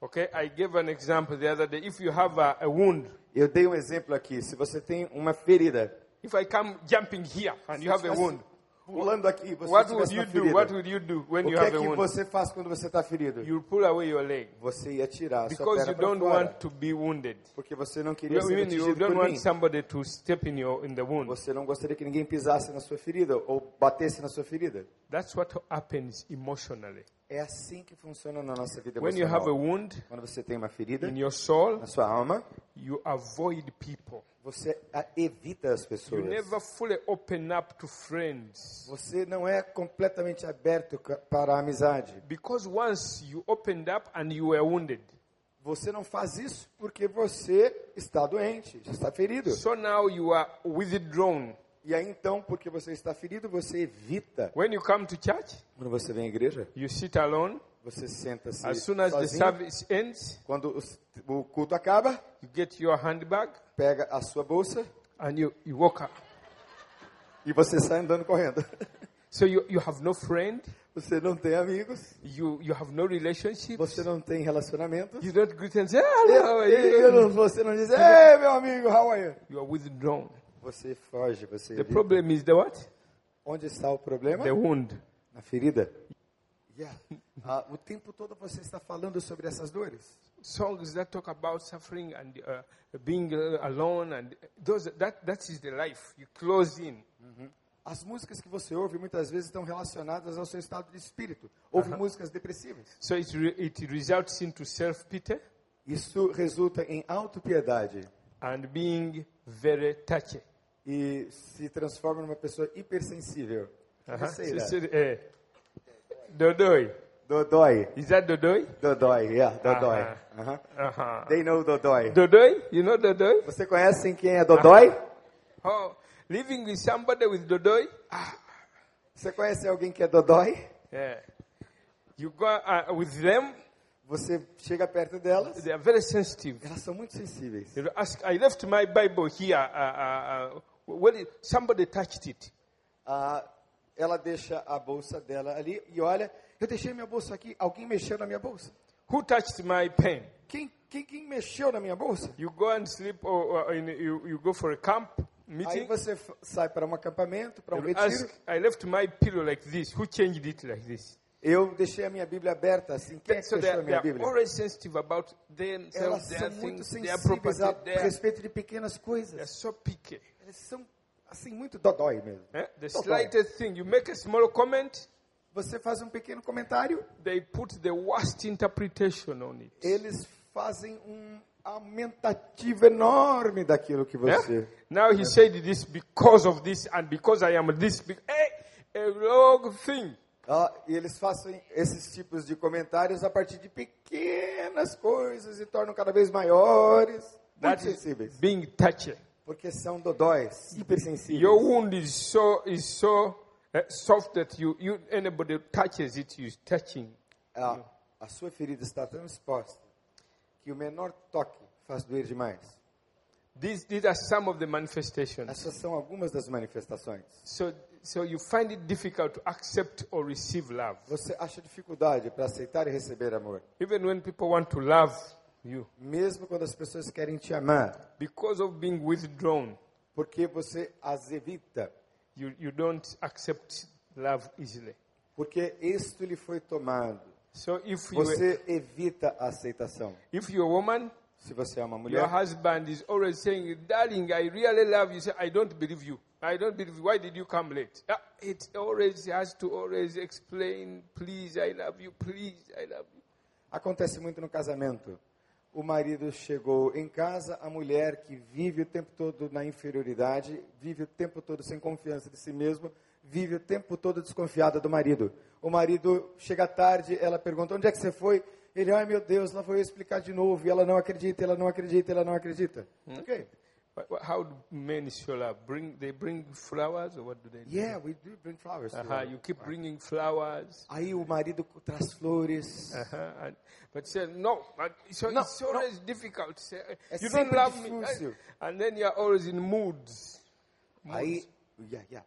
[SPEAKER 2] Okay, I gave an example the other day. If you have a, a wound,
[SPEAKER 1] Eu dei um exemplo aqui. Se você tem uma ferida,
[SPEAKER 2] if I come jumping here and you
[SPEAKER 1] Se
[SPEAKER 2] have a
[SPEAKER 1] tivesse
[SPEAKER 2] wound,
[SPEAKER 1] pulando aqui, você
[SPEAKER 2] what would
[SPEAKER 1] tivesse
[SPEAKER 2] you
[SPEAKER 1] uma
[SPEAKER 2] do? What
[SPEAKER 1] ferida.
[SPEAKER 2] would you do when
[SPEAKER 1] O
[SPEAKER 2] you
[SPEAKER 1] que é
[SPEAKER 2] have a
[SPEAKER 1] que
[SPEAKER 2] wound?
[SPEAKER 1] você faz quando você está ferido?
[SPEAKER 2] You pull away your leg
[SPEAKER 1] Você ia tirar a sua
[SPEAKER 2] because
[SPEAKER 1] perna
[SPEAKER 2] you
[SPEAKER 1] pra
[SPEAKER 2] don't
[SPEAKER 1] fora,
[SPEAKER 2] want to be wounded.
[SPEAKER 1] porque você não
[SPEAKER 2] You,
[SPEAKER 1] queria
[SPEAKER 2] you
[SPEAKER 1] ser
[SPEAKER 2] mean you
[SPEAKER 1] atingido
[SPEAKER 2] don't
[SPEAKER 1] por mim.
[SPEAKER 2] want somebody to step in your in the wound.
[SPEAKER 1] Você não gostaria que ninguém pisasse na sua ferida ou batesse na sua ferida.
[SPEAKER 2] That's what happens emotionally.
[SPEAKER 1] É assim que funciona na nossa vida
[SPEAKER 2] When you
[SPEAKER 1] emocional.
[SPEAKER 2] have a wound
[SPEAKER 1] Quando você tem uma ferida
[SPEAKER 2] in your soul,
[SPEAKER 1] na sua alma,
[SPEAKER 2] you avoid people.
[SPEAKER 1] você a- evita as
[SPEAKER 2] You
[SPEAKER 1] pessoas.
[SPEAKER 2] never fully open up to friends.
[SPEAKER 1] Você não é completamente aberto ca- para a amizade.
[SPEAKER 2] Because once you opened up and you were wounded,
[SPEAKER 1] Você não faz isso porque você está doente, já está ferido.
[SPEAKER 2] so now you are withdrawn.
[SPEAKER 1] E aí então, porque você está ferido, você evita.
[SPEAKER 2] When you come to church,
[SPEAKER 1] Quando você vem à igreja,
[SPEAKER 2] you sit alone.
[SPEAKER 1] você senta-se
[SPEAKER 2] As soon as the
[SPEAKER 1] sozinho.
[SPEAKER 2] service ends,
[SPEAKER 1] Quando o, s- o culto acaba,
[SPEAKER 2] you get your handbag
[SPEAKER 1] pega a sua bolsa
[SPEAKER 2] and you, you walk up.
[SPEAKER 1] e você sai andando correndo.
[SPEAKER 2] So you, you have no friend,
[SPEAKER 1] Você não tem amigos,
[SPEAKER 2] you, you have no relationship.
[SPEAKER 1] você não tem relacionamento.
[SPEAKER 2] You don't greet and say, hello, how are
[SPEAKER 1] E- e- e
[SPEAKER 2] you?
[SPEAKER 1] não- você não diz, ei, meu amigo, how are you?
[SPEAKER 2] You are withdrawn.
[SPEAKER 1] Você foge, você
[SPEAKER 2] The
[SPEAKER 1] evita.
[SPEAKER 2] problem is the what?
[SPEAKER 1] Onde está o problema?
[SPEAKER 2] The wound.
[SPEAKER 1] Na ferida. Yeah. Ah, o tempo todo você está falando sobre essas dores.
[SPEAKER 2] Songs that talk about suffering and uh, being uh, alone, and those, that, that is the life. You close in.
[SPEAKER 1] As músicas que você ouve muitas vezes estão relacionadas ao seu estado de espírito. Houve músicas depressivas.
[SPEAKER 2] So it, re- it results into self-pity
[SPEAKER 1] Isso resulta em autopiedade
[SPEAKER 2] and being very touchy.
[SPEAKER 1] e se transforma numa pessoa hipersensível.
[SPEAKER 2] Uh-huh.
[SPEAKER 1] Canseira.
[SPEAKER 2] So- so, eh, Dodoi.
[SPEAKER 1] Dodói.
[SPEAKER 2] Is that Dodoi?
[SPEAKER 1] Dodói, yeah, Dodói.
[SPEAKER 2] Aham.
[SPEAKER 1] Aham.
[SPEAKER 2] Uh-huh.
[SPEAKER 1] They know Dodói.
[SPEAKER 2] Dodoi? You know Dodoi?
[SPEAKER 1] Você conhece quem é Dodói?
[SPEAKER 2] Oh, living with somebody with Dodoi?
[SPEAKER 1] Você conhece alguém que é Dodói?
[SPEAKER 2] Yeah. You go uh, with them,
[SPEAKER 1] Você chega perto delas,
[SPEAKER 2] they are very sensitive.
[SPEAKER 1] elas são muito sensíveis.
[SPEAKER 2] You know, ask, I left my Bible here. Uh, uh, uh, where did- somebody touched it.
[SPEAKER 1] Ah, ela deixa a bolsa dela ali e olha, eu deixei minha bolsa aqui, alguém mexeu na minha bolsa?
[SPEAKER 2] Who touched my pen?
[SPEAKER 1] Quem, quem, quem mexeu na minha bolsa?
[SPEAKER 2] You go and sleep, or, or in, you, you go for a camp
[SPEAKER 1] Aí
[SPEAKER 2] meeting.
[SPEAKER 1] você f- sai para um acampamento, para um
[SPEAKER 2] You
[SPEAKER 1] retiro.
[SPEAKER 2] ask, I left my pillow like this. Who changed it like this?
[SPEAKER 1] Eu deixei a minha Bíblia aberta, assim, quem é que
[SPEAKER 2] So they
[SPEAKER 1] fechou a
[SPEAKER 2] are, they
[SPEAKER 1] minha
[SPEAKER 2] are
[SPEAKER 1] Bíblia?
[SPEAKER 2] always sensitive about
[SPEAKER 1] Elas
[SPEAKER 2] themselves, their
[SPEAKER 1] são muito
[SPEAKER 2] things, their
[SPEAKER 1] sensíveis
[SPEAKER 2] property.
[SPEAKER 1] a
[SPEAKER 2] They are,
[SPEAKER 1] respeito de pequenas
[SPEAKER 2] they are
[SPEAKER 1] coisas.
[SPEAKER 2] so picky.
[SPEAKER 1] Elas são, assim, muito dodói mesmo.
[SPEAKER 2] Eh? The
[SPEAKER 1] Dodói.
[SPEAKER 2] slightest thing, you make a small comment,
[SPEAKER 1] Você faz um pequeno comentário,
[SPEAKER 2] they put the worst interpretation on it.
[SPEAKER 1] eles fazem um aumentativo enorme daquilo que
[SPEAKER 2] Yeah?
[SPEAKER 1] você...
[SPEAKER 2] eh? Now he said this because of this and because I am this. Be- eh, a wrong thing.
[SPEAKER 1] Ah, e eles fazem esses tipos de comentários a partir de pequenas coisas e tornam cada vez maiores, muito
[SPEAKER 2] That is
[SPEAKER 1] sensíveis.
[SPEAKER 2] being touchy.
[SPEAKER 1] Porque são dodóis, hipersensíveis.
[SPEAKER 2] Your wound is so is so uh, soft that you, you anybody touches it, you touching.
[SPEAKER 1] A, a sua ferida está tão exposta que o menor toque faz doer demais.
[SPEAKER 2] These these are some of the manifestations.
[SPEAKER 1] Essas são algumas das manifestações.
[SPEAKER 2] So so you find it difficult to accept or receive love,
[SPEAKER 1] Você acha dificuldade para aceitar e receber amor,
[SPEAKER 2] even when people want to love you,
[SPEAKER 1] mesmo quando as pessoas querem te amar,
[SPEAKER 2] because of being withdrawn.
[SPEAKER 1] porque você as evita,
[SPEAKER 2] You you don't accept love easily.
[SPEAKER 1] porque isto lhe foi tomado.
[SPEAKER 2] So if you were-
[SPEAKER 1] Você evita a aceitação.
[SPEAKER 2] if you're a woman
[SPEAKER 1] Se você é uma
[SPEAKER 2] Your
[SPEAKER 1] mulher,
[SPEAKER 2] husband is always saying, Darling, I really love you. Say, I don't believe you. I don't believe you. Why did you come late? Ah, It always has to always explain, Please, I love you. Please, I love you.
[SPEAKER 1] acontece muito no casamento. O marido chegou em casa, a mulher que vive o tempo todo na inferioridade, vive o tempo todo sem confiança de si mesma, vive o tempo todo desconfiada do marido. O marido chega tarde, ela pergunta: "Onde é que você foi?" Ele: "Ai, meu Deus, lá vou eu explicar de novo". E ela não acredita, ela não acredita, ela não acredita. Okay.
[SPEAKER 2] But, but how do men show love? Bring, they bring flowers or what do they do?
[SPEAKER 1] Yeah, we do bring flowers. to
[SPEAKER 2] Uh-huh,
[SPEAKER 1] you.
[SPEAKER 2] you keep bringing flowers.
[SPEAKER 1] Aí o marido traz flores.
[SPEAKER 2] Uh-huh, and, but say, No, but so
[SPEAKER 1] No,
[SPEAKER 2] it's always difficult. Say, you don't
[SPEAKER 1] sempre
[SPEAKER 2] love me.
[SPEAKER 1] difícil.
[SPEAKER 2] I- and then you're always in moods.
[SPEAKER 1] Aí, yeah, yeah.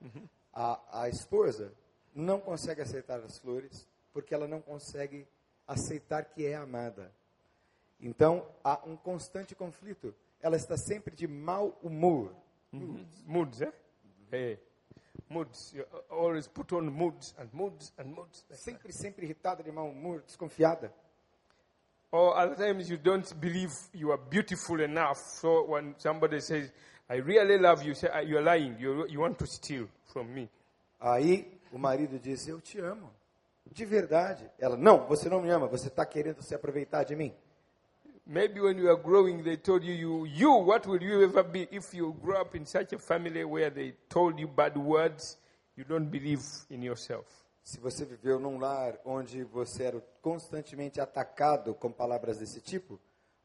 [SPEAKER 1] A, a esposa não consegue aceitar as flores porque ela não consegue aceitar que é amada. Então, há um constante conflito. Ela está sempre de mau humor.
[SPEAKER 2] Moods, eh? Hey. Moods. You always put on moods and moods and moods.
[SPEAKER 1] Sempre, sempre irritada, de mau humor, desconfiada.
[SPEAKER 2] Or other times you don't believe you are beautiful enough. So when somebody says, I really love you, say, "Ah, you're lying. You, you want to steal from me.
[SPEAKER 1] Aí, o marido diz, eu te amo. De verdade. Ela, não, você não me ama, você está querendo se aproveitar de mim.
[SPEAKER 2] Maybe when you are growing, they told you, you, you, what will you ever be if you grow up in such a family where they told you bad words? You don't believe in yourself.
[SPEAKER 1] Se você viveu num lar onde você era constantemente atacado com palavras desse tipo,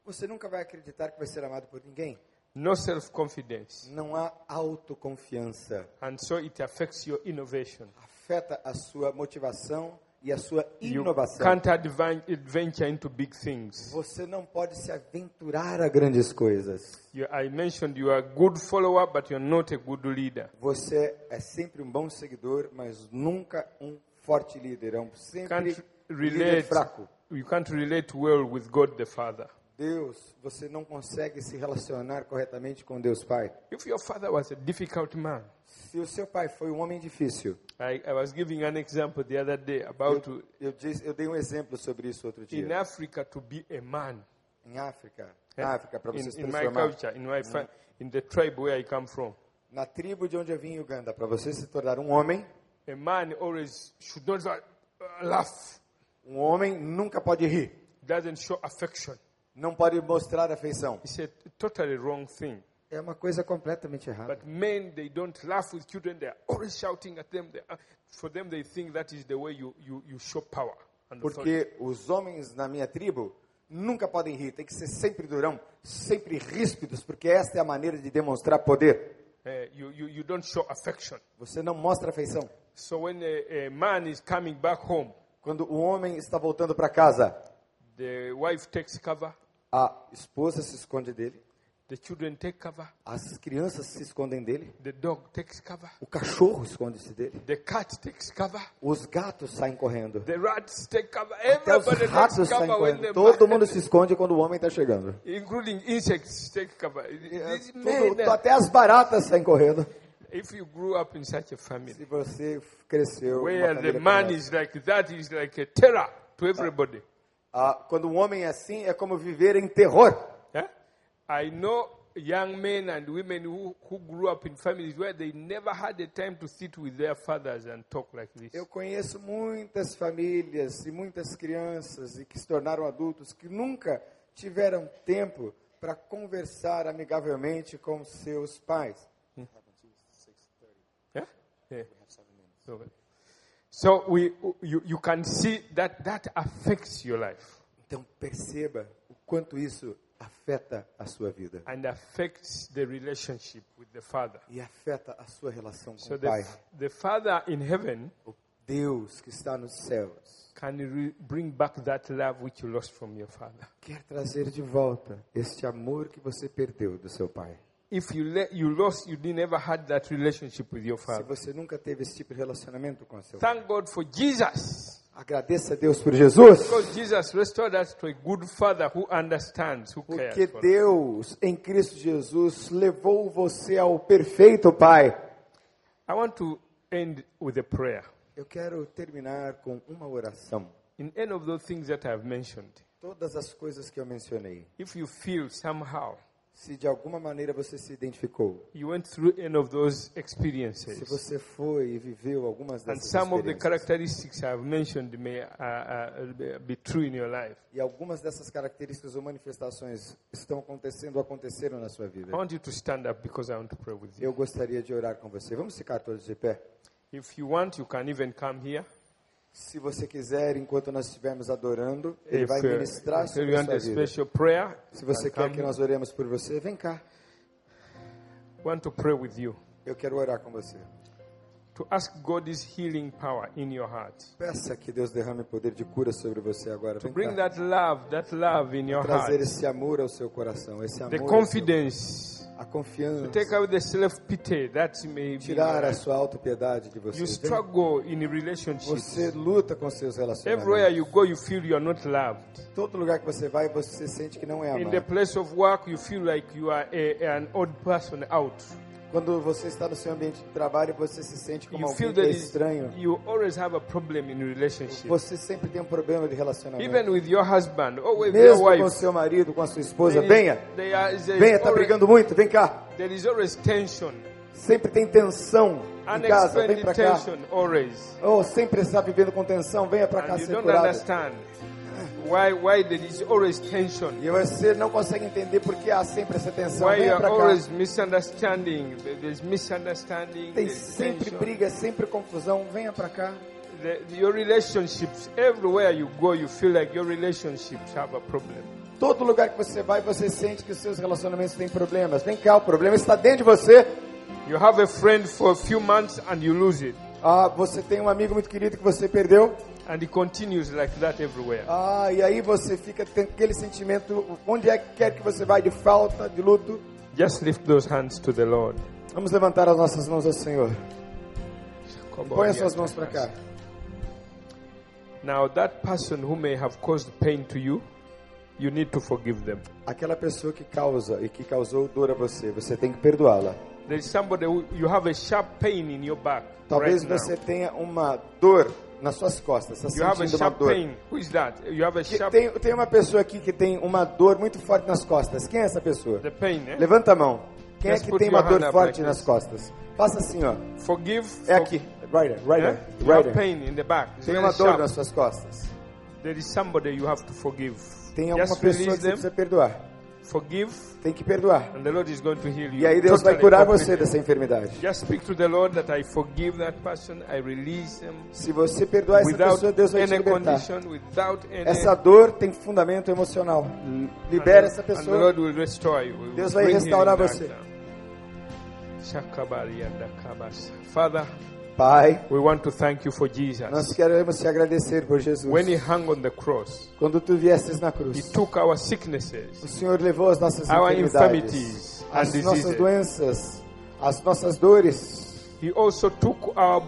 [SPEAKER 1] você nunca vai acreditar que vai ser amado por ninguém.
[SPEAKER 2] No self confidence.
[SPEAKER 1] Não há autoconfiança.
[SPEAKER 2] And so it affects your innovation.
[SPEAKER 1] Afeta a sua motivação e a sua
[SPEAKER 2] You
[SPEAKER 1] inovação.
[SPEAKER 2] can't advan- adventure into big things.
[SPEAKER 1] Você não pode se aventurar a grandes coisas.
[SPEAKER 2] You, I mentioned you are a good follower, but you're not a good leader.
[SPEAKER 1] Você é sempre um bom seguidor, mas nunca um forte líder. É um sempre
[SPEAKER 2] Can't
[SPEAKER 1] líder
[SPEAKER 2] relate.
[SPEAKER 1] fraco.
[SPEAKER 2] You can't relate well with God the Father.
[SPEAKER 1] Deus, você não consegue se relacionar corretamente com Deus Pai.
[SPEAKER 2] If your father was a difficult man,
[SPEAKER 1] Se o seu pai foi um homem difícil,
[SPEAKER 2] I, I was giving an example the other day about to,
[SPEAKER 1] Eu, disse, eu dei um exemplo sobre isso outro dia.
[SPEAKER 2] in Africa to be a man. Eh,
[SPEAKER 1] Em África.
[SPEAKER 2] Ah,
[SPEAKER 1] Na África, para
[SPEAKER 2] in,
[SPEAKER 1] você se
[SPEAKER 2] in my
[SPEAKER 1] transformar.
[SPEAKER 2] culture, in my fa- in the tribe where I come from,
[SPEAKER 1] Na tribo de onde eu vim, em Uganda, para você se tornar um homem,
[SPEAKER 2] a man always should not uh, laugh,
[SPEAKER 1] um homem nunca pode rir.
[SPEAKER 2] doesn't show affection.
[SPEAKER 1] Não pode mostrar afeição.
[SPEAKER 2] It's a totally wrong thing.
[SPEAKER 1] É uma coisa completamente errada.
[SPEAKER 2] But men, they don't laugh with children. They're always shouting at them. They are, for them, they think that is the way you, you, you show power. And authority.
[SPEAKER 1] Porque os homens na minha tribo nunca podem rir. Tem que ser sempre durão, sempre ríspidos, porque esta é a maneira de demonstrar poder.
[SPEAKER 2] Uh, you, you, you don't show affection.
[SPEAKER 1] Você não mostra afeição.
[SPEAKER 2] So when a, a man is coming back home,
[SPEAKER 1] Quando o homem está voltando para casa,
[SPEAKER 2] The wife takes cover,
[SPEAKER 1] a esposa se esconde dele,
[SPEAKER 2] the children take cover,
[SPEAKER 1] as crianças se escondem dele,
[SPEAKER 2] the dog takes cover,
[SPEAKER 1] o cachorro esconde-se dele,
[SPEAKER 2] the cat takes cover,
[SPEAKER 1] os gatos saem correndo.
[SPEAKER 2] the rats take cover,
[SPEAKER 1] Até os
[SPEAKER 2] everybody
[SPEAKER 1] ratos
[SPEAKER 2] takes
[SPEAKER 1] saem
[SPEAKER 2] cover when
[SPEAKER 1] correndo.
[SPEAKER 2] they
[SPEAKER 1] Todo mundo se esconde quando o homem está chegando.
[SPEAKER 2] including insects take cover.
[SPEAKER 1] É,
[SPEAKER 2] These
[SPEAKER 1] tudo-
[SPEAKER 2] men,
[SPEAKER 1] até as baratas saem correndo.
[SPEAKER 2] if you grew up in such a family
[SPEAKER 1] Se você cresceu. numa
[SPEAKER 2] where
[SPEAKER 1] família
[SPEAKER 2] the
[SPEAKER 1] como
[SPEAKER 2] man
[SPEAKER 1] essa.
[SPEAKER 2] is like that, is like a terror to everybody.
[SPEAKER 1] Ah, quando um homem é assim, é como viver em terror.
[SPEAKER 2] Yeah? I know young men and women who, who grew up in families where they never had the time to sit with their fathers and talk like this.
[SPEAKER 1] Eu conheço muitas famílias e muitas crianças e que se tornaram adultos que nunca tiveram tempo para conversar amigavelmente com seus pais.
[SPEAKER 2] Yeah? Yeah. So, so we, you, you can see that that affects your life
[SPEAKER 1] Então perceba o quanto isso afeta a sua vida
[SPEAKER 2] and affects the relationship with the father.
[SPEAKER 1] e afeta a sua relação com
[SPEAKER 2] So
[SPEAKER 1] o
[SPEAKER 2] the,
[SPEAKER 1] pai.
[SPEAKER 2] f- the father in heaven
[SPEAKER 1] O Deus que está nos céus
[SPEAKER 2] can re- bring back that love which you lost from your father.
[SPEAKER 1] quer trazer de volta este amor que você perdeu do seu pai.
[SPEAKER 2] If you, le- you lost, you never had that relationship with your
[SPEAKER 1] Se
[SPEAKER 2] father.
[SPEAKER 1] você nunca teve esse tipo de relacionamento com seu pai,
[SPEAKER 2] Thank God for Jesus.
[SPEAKER 1] agradeça a Deus por Jesus.
[SPEAKER 2] Because Jesus restored us to a good father who understands, who cares.
[SPEAKER 1] Porque
[SPEAKER 2] for us.
[SPEAKER 1] Deus, em Cristo Jesus, levou você ao perfeito Pai.
[SPEAKER 2] I want to end with a prayer.
[SPEAKER 1] Eu quero terminar com uma oração.
[SPEAKER 2] In any of those things that I've mentioned,
[SPEAKER 1] Todas as coisas que eu mencionei,
[SPEAKER 2] if you feel somehow
[SPEAKER 1] se de alguma maneira você se identificou,
[SPEAKER 2] you went through any of those
[SPEAKER 1] se
[SPEAKER 2] experiences,
[SPEAKER 1] você foi e viveu algumas
[SPEAKER 2] and
[SPEAKER 1] dessas
[SPEAKER 2] some of the
[SPEAKER 1] experiências,
[SPEAKER 2] characteristics I've mentioned may uh, uh, be true in your life,
[SPEAKER 1] e algumas dessas características ou manifestações estão acontecendo ou aconteceram na sua
[SPEAKER 2] I
[SPEAKER 1] vida,
[SPEAKER 2] want you to stand up because I want to pray with you.
[SPEAKER 1] eu gostaria de orar com você. Vamos ficar todos de pé?
[SPEAKER 2] If you want, you can even come here.
[SPEAKER 1] Se você quiser, enquanto nós estivermos adorando, ele
[SPEAKER 2] If,
[SPEAKER 1] vai
[SPEAKER 2] uh,
[SPEAKER 1] ministrar
[SPEAKER 2] if you
[SPEAKER 1] sobre a
[SPEAKER 2] want
[SPEAKER 1] sua
[SPEAKER 2] a
[SPEAKER 1] vida.
[SPEAKER 2] special prayer,
[SPEAKER 1] Se você
[SPEAKER 2] you can
[SPEAKER 1] quer que
[SPEAKER 2] come.
[SPEAKER 1] nós oremos por você, vem cá.
[SPEAKER 2] want to pray with you.
[SPEAKER 1] Eu quero orar com você.
[SPEAKER 2] To ask God His healing power in your heart.
[SPEAKER 1] Peça que Deus derrame poder de cura sobre você agora. Vem
[SPEAKER 2] Bring
[SPEAKER 1] cá.
[SPEAKER 2] that love, that love in your
[SPEAKER 1] Trazer
[SPEAKER 2] heart.
[SPEAKER 1] esse amor ao seu coração, esse amor,
[SPEAKER 2] The
[SPEAKER 1] ao
[SPEAKER 2] confidence.
[SPEAKER 1] seu- a confiança,
[SPEAKER 2] Take away the self pity that may be.
[SPEAKER 1] tirar a sua autopiedade de você.
[SPEAKER 2] You
[SPEAKER 1] Vem.
[SPEAKER 2] struggle in relationships.
[SPEAKER 1] Você luta com seus relacionamentos.
[SPEAKER 2] Everywhere you go, you feel you are not loved.
[SPEAKER 1] Todo lugar que você vai, você sente que não é
[SPEAKER 2] In the
[SPEAKER 1] amado.
[SPEAKER 2] place of work, you feel like you are a, an odd person out.
[SPEAKER 1] Quando você está no seu ambiente de trabalho, você se sente como
[SPEAKER 2] You
[SPEAKER 1] alguém
[SPEAKER 2] feel
[SPEAKER 1] que é
[SPEAKER 2] that is-
[SPEAKER 1] estranho.
[SPEAKER 2] you always have a problem in relationships.
[SPEAKER 1] Você sempre tem um problema de relacionamento.
[SPEAKER 2] Even with your husband or with your
[SPEAKER 1] Mesmo com
[SPEAKER 2] wife.
[SPEAKER 1] seu marido, com a sua esposa,
[SPEAKER 2] There is-
[SPEAKER 1] venha,
[SPEAKER 2] there are- there is
[SPEAKER 1] venha, está
[SPEAKER 2] always-
[SPEAKER 1] brigando muito, vem cá.
[SPEAKER 2] there is always tension.
[SPEAKER 1] Sempre tem tensão em casa, vem
[SPEAKER 2] Unexplained
[SPEAKER 1] pra cá.
[SPEAKER 2] tension, always.
[SPEAKER 1] Oh, sempre está vivendo com tensão, venha pra cá
[SPEAKER 2] And you
[SPEAKER 1] ser
[SPEAKER 2] don't
[SPEAKER 1] curado.
[SPEAKER 2] understand why why there is always tension,
[SPEAKER 1] E você não consegue entender por que há sempre essa tensão,
[SPEAKER 2] why you
[SPEAKER 1] venha
[SPEAKER 2] are
[SPEAKER 1] pra cá.
[SPEAKER 2] always misunderstanding. There- There's misunderstanding.
[SPEAKER 1] Tem
[SPEAKER 2] there's
[SPEAKER 1] sempre
[SPEAKER 2] tension.
[SPEAKER 1] briga, sempre confusão, venha pra cá.
[SPEAKER 2] The- the- your relationships, everywhere you go, you feel like your relationships have a problem.
[SPEAKER 1] Todo lugar que você vai, você sente que os seus relacionamentos têm problemas. Vem cá, o problema está dentro de você.
[SPEAKER 2] You have a friend for a few months and you lose it,
[SPEAKER 1] Ah, você tem um amigo muito querido que você perdeu.
[SPEAKER 2] and it continues like that everywhere.
[SPEAKER 1] Ah, e aí você fica com aquele sentimento, onde é que quer que você vai, de falta, de luto.
[SPEAKER 2] Just lift those hands to the Lord.
[SPEAKER 1] Vamos levantar as nossas mãos ao Senhor. Põe as suas mãos pra cá.
[SPEAKER 2] Now, that person who may have caused pain to you, you need to forgive them.
[SPEAKER 1] Aquela pessoa que causa e que causou dor a você, você tem que perdoá-la.
[SPEAKER 2] There is somebody who you have a sharp pain in your back.
[SPEAKER 1] Talvez
[SPEAKER 2] right
[SPEAKER 1] você
[SPEAKER 2] now.
[SPEAKER 1] tenha uma dor nas suas costas,
[SPEAKER 2] You
[SPEAKER 1] está
[SPEAKER 2] have a
[SPEAKER 1] sentindo uma
[SPEAKER 2] sharp
[SPEAKER 1] dor.
[SPEAKER 2] pain. Who is that? You have a
[SPEAKER 1] Que-
[SPEAKER 2] sharp
[SPEAKER 1] Tem, tem uma pessoa aqui que tem uma dor muito forte nas costas. Quem é essa pessoa?
[SPEAKER 2] the pain. Eh?
[SPEAKER 1] Levanta a mão. Quem é
[SPEAKER 2] Just
[SPEAKER 1] que
[SPEAKER 2] put
[SPEAKER 1] tem uma
[SPEAKER 2] your hand
[SPEAKER 1] dor
[SPEAKER 2] up
[SPEAKER 1] forte
[SPEAKER 2] like
[SPEAKER 1] nas
[SPEAKER 2] this.
[SPEAKER 1] costas? Faça assim, ó.
[SPEAKER 2] Forgive.
[SPEAKER 1] É
[SPEAKER 2] for-
[SPEAKER 1] aqui. Right, there, right,
[SPEAKER 2] Eh?
[SPEAKER 1] there,
[SPEAKER 2] You
[SPEAKER 1] right
[SPEAKER 2] have
[SPEAKER 1] there.
[SPEAKER 2] pain in the back. It's
[SPEAKER 1] Tem
[SPEAKER 2] very
[SPEAKER 1] uma dor
[SPEAKER 2] sharp.
[SPEAKER 1] nas suas costas.
[SPEAKER 2] There is somebody you have to forgive.
[SPEAKER 1] Tem alguma
[SPEAKER 2] Just
[SPEAKER 1] pessoa
[SPEAKER 2] release
[SPEAKER 1] que você
[SPEAKER 2] them.
[SPEAKER 1] precisa perdoar.
[SPEAKER 2] Forgive,
[SPEAKER 1] Tem que perdoar.
[SPEAKER 2] and the Lord is going to heal you.
[SPEAKER 1] E aí Deus vai
[SPEAKER 2] totally,
[SPEAKER 1] curar você
[SPEAKER 2] completely.
[SPEAKER 1] dessa enfermidade.
[SPEAKER 2] Just speak to the Lord that I forgive that person. I release them
[SPEAKER 1] Se você perdoar essa
[SPEAKER 2] without
[SPEAKER 1] pessoa, Deus vai te
[SPEAKER 2] any
[SPEAKER 1] libertar.
[SPEAKER 2] condition, without any.
[SPEAKER 1] Essa dor tem fundamento emocional. Libera essa
[SPEAKER 2] And the Lord
[SPEAKER 1] pessoa.
[SPEAKER 2] will restore you. Will
[SPEAKER 1] Deus vai
[SPEAKER 2] bring
[SPEAKER 1] restaurar
[SPEAKER 2] healing back
[SPEAKER 1] você.
[SPEAKER 2] now. Shakabari and Dakabas. Father,
[SPEAKER 1] Pai,
[SPEAKER 2] We want to thank you for Jesus.
[SPEAKER 1] nós queremos te agradecer por Jesus.
[SPEAKER 2] When he hung on the cross,
[SPEAKER 1] Quando tu viestes na
[SPEAKER 2] he
[SPEAKER 1] cruz,
[SPEAKER 2] took our
[SPEAKER 1] o
[SPEAKER 2] sicknesses,
[SPEAKER 1] Senhor levou as nossas
[SPEAKER 2] Our
[SPEAKER 1] enfermidades,
[SPEAKER 2] infirmities and
[SPEAKER 1] as nossas
[SPEAKER 2] diseases.
[SPEAKER 1] doenças, as nossas dores.
[SPEAKER 2] he also took our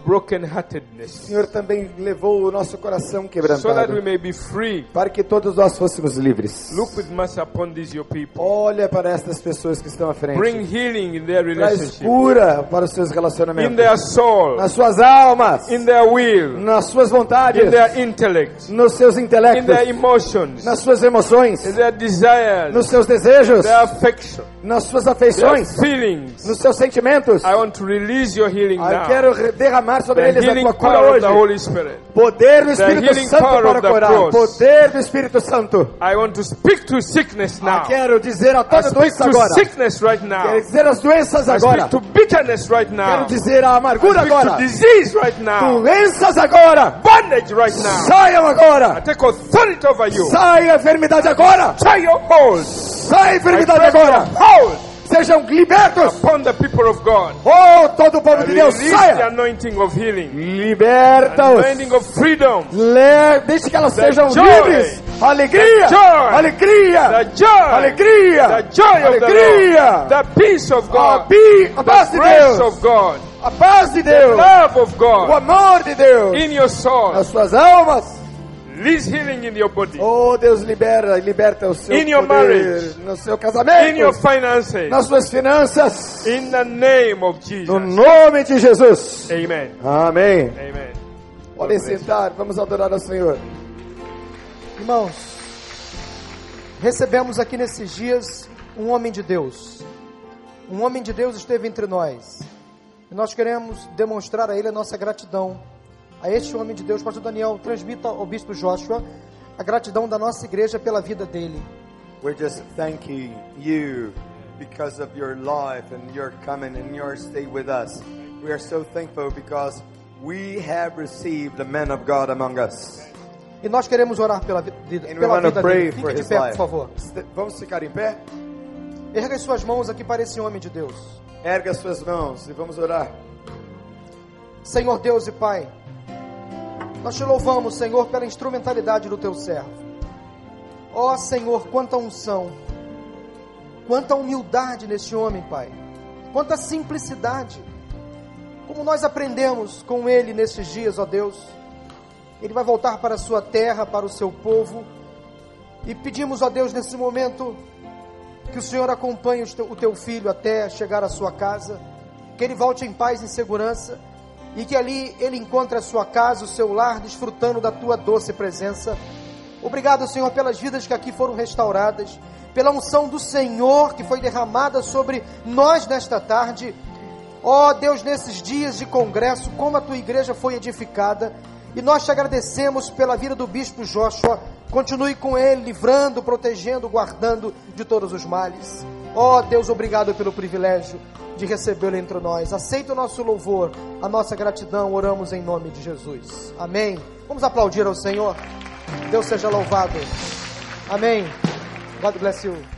[SPEAKER 1] O
[SPEAKER 2] brokenheartedness
[SPEAKER 1] Senhor também levou o nosso coração
[SPEAKER 2] so that we
[SPEAKER 1] quebrantado
[SPEAKER 2] may be free.
[SPEAKER 1] para que todos nós fôssemos livres.
[SPEAKER 2] Look with mercy upon these, your people.
[SPEAKER 1] Olha para estas pessoas que estão à frente.
[SPEAKER 2] Bring healing in their
[SPEAKER 1] Traz
[SPEAKER 2] relationship,
[SPEAKER 1] cura para os seus
[SPEAKER 2] in their
[SPEAKER 1] relacionamentos,
[SPEAKER 2] soul,
[SPEAKER 1] nas suas almas,
[SPEAKER 2] in their will,
[SPEAKER 1] nas suas vontades,
[SPEAKER 2] in their intellect,
[SPEAKER 1] nos seus
[SPEAKER 2] in their
[SPEAKER 1] intelectos,
[SPEAKER 2] emotions,
[SPEAKER 1] nas suas emoções,
[SPEAKER 2] in their desires,
[SPEAKER 1] nos seus desejos,
[SPEAKER 2] their affection,
[SPEAKER 1] nas suas
[SPEAKER 2] their
[SPEAKER 1] afeições,
[SPEAKER 2] feelings.
[SPEAKER 1] nos seus sentimentos.
[SPEAKER 2] I want to release your healing
[SPEAKER 1] Eu
[SPEAKER 2] now.
[SPEAKER 1] quero re- derramar sobre
[SPEAKER 2] The
[SPEAKER 1] eles a
[SPEAKER 2] healing
[SPEAKER 1] tua cura
[SPEAKER 2] power of
[SPEAKER 1] hoje.
[SPEAKER 2] the Holy Spirit.
[SPEAKER 1] Poder do
[SPEAKER 2] The
[SPEAKER 1] Espírito
[SPEAKER 2] healing
[SPEAKER 1] Santo
[SPEAKER 2] power
[SPEAKER 1] para
[SPEAKER 2] of the
[SPEAKER 1] curar.
[SPEAKER 2] cross.
[SPEAKER 1] Poder do Espírito Santo.
[SPEAKER 2] I want to speak to sickness
[SPEAKER 1] Eu
[SPEAKER 2] now.
[SPEAKER 1] quero dizer a
[SPEAKER 2] I
[SPEAKER 1] toda
[SPEAKER 2] speak
[SPEAKER 1] doença
[SPEAKER 2] to
[SPEAKER 1] agora.
[SPEAKER 2] sickness right now.
[SPEAKER 1] Quero dizer as doenças
[SPEAKER 2] I
[SPEAKER 1] agora.
[SPEAKER 2] speak to bitterness right
[SPEAKER 1] Quero
[SPEAKER 2] now. I
[SPEAKER 1] dizer a amargura
[SPEAKER 2] speak to
[SPEAKER 1] agora.
[SPEAKER 2] disease right now.
[SPEAKER 1] Doenças agora.
[SPEAKER 2] Bondage right now.
[SPEAKER 1] Saiam
[SPEAKER 2] I
[SPEAKER 1] agora!
[SPEAKER 2] take authority over you.
[SPEAKER 1] Sai a enfermidade agora!
[SPEAKER 2] Try your hold.
[SPEAKER 1] Sai a
[SPEAKER 2] I
[SPEAKER 1] enfermidade
[SPEAKER 2] press your
[SPEAKER 1] agora!
[SPEAKER 2] hold
[SPEAKER 1] Sejam libertos!
[SPEAKER 2] upon the people of God.
[SPEAKER 1] Oh, todo o
[SPEAKER 2] I
[SPEAKER 1] povo de Deus,
[SPEAKER 2] Release the
[SPEAKER 1] saia!
[SPEAKER 2] anointing of healing.
[SPEAKER 1] Liberta-os!
[SPEAKER 2] Anointing of freedom.
[SPEAKER 1] Le- Deixe que elas sejam
[SPEAKER 2] joy.
[SPEAKER 1] livres! Alegria!
[SPEAKER 2] The joy. The
[SPEAKER 1] Alegria!
[SPEAKER 2] joy.
[SPEAKER 1] Alegria!
[SPEAKER 2] The joy of the Lord.
[SPEAKER 1] Alegria!
[SPEAKER 2] The peace of
[SPEAKER 1] A,
[SPEAKER 2] God.
[SPEAKER 1] bi- a
[SPEAKER 2] The
[SPEAKER 1] paz de
[SPEAKER 2] grace
[SPEAKER 1] Deus!
[SPEAKER 2] of God.
[SPEAKER 1] A paz de
[SPEAKER 2] The
[SPEAKER 1] Deus!
[SPEAKER 2] love of
[SPEAKER 1] O
[SPEAKER 2] God.
[SPEAKER 1] amor de Deus!
[SPEAKER 2] In your soul.
[SPEAKER 1] Nas suas almas!
[SPEAKER 2] Release healing in your body.
[SPEAKER 1] Oh, Deus libera, liberta o seu
[SPEAKER 2] In your
[SPEAKER 1] poder,
[SPEAKER 2] marriage.
[SPEAKER 1] no seu
[SPEAKER 2] In your
[SPEAKER 1] casamento,
[SPEAKER 2] finances.
[SPEAKER 1] nas suas finanças,
[SPEAKER 2] In the name of
[SPEAKER 1] No
[SPEAKER 2] Jesus.
[SPEAKER 1] nome de Jesus.
[SPEAKER 2] Amen.
[SPEAKER 1] Amém.
[SPEAKER 2] Amen.
[SPEAKER 1] Podem sentar, vamos adorar ao Senhor.
[SPEAKER 3] Irmãos, recebemos aqui nesses dias um homem de Deus. Um homem de Deus esteve entre nós. E nós queremos demonstrar a ele a nossa gratidão. A este homem de Deus, Pastor Daniel, transmita ao Bispo Joshua a gratidão da nossa igreja pela vida dele.
[SPEAKER 1] We're just thanking you because of your life and your coming and your stay with us. We are so thankful because we have received the man of God among us.
[SPEAKER 3] E nós queremos orar pela, vi- de,
[SPEAKER 1] And we
[SPEAKER 3] pela
[SPEAKER 1] want to
[SPEAKER 3] vida
[SPEAKER 1] pray
[SPEAKER 3] dele.
[SPEAKER 1] for
[SPEAKER 3] Fique de
[SPEAKER 1] his
[SPEAKER 3] pé, por
[SPEAKER 1] life.
[SPEAKER 3] favor.
[SPEAKER 1] Ste- Vamos ficar em pé?
[SPEAKER 3] Erga as suas mãos aqui para esse homem de Deus.
[SPEAKER 1] Erga suas mãos e vamos orar.
[SPEAKER 3] Senhor Deus e Pai, nós te louvamos, Senhor, pela instrumentalidade do teu servo. Ó Senhor, quanta unção, quanta humildade neste homem, Pai, quanta simplicidade. Como nós aprendemos com ele nestes dias, ó Deus, ele vai voltar para a sua terra, para o seu povo, e pedimos, ó Deus, nesse momento, que o Senhor acompanhe os teu- o teu filho até chegar à sua casa, que ele volte em paz e segurança, e que ali ele encontre a sua casa, o seu lar, desfrutando da tua doce presença. Obrigado, Senhor, pelas vidas que aqui foram restauradas, pela unção do Senhor que foi derramada sobre nós nesta tarde. Ó Deus, nesses dias de congresso, como a tua igreja foi edificada, e nós te agradecemos pela vida do bispo Joshua. Continue com ele, livrando, protegendo, guardando de todos os males. Ó Deus, obrigado pelo privilégio de recebê-lo entre nós. Aceita o nosso louvor, a nossa gratidão. Oramos em nome de Jesus. Amém. Vamos aplaudir ao Senhor. Deus seja louvado. Amém. God bless you.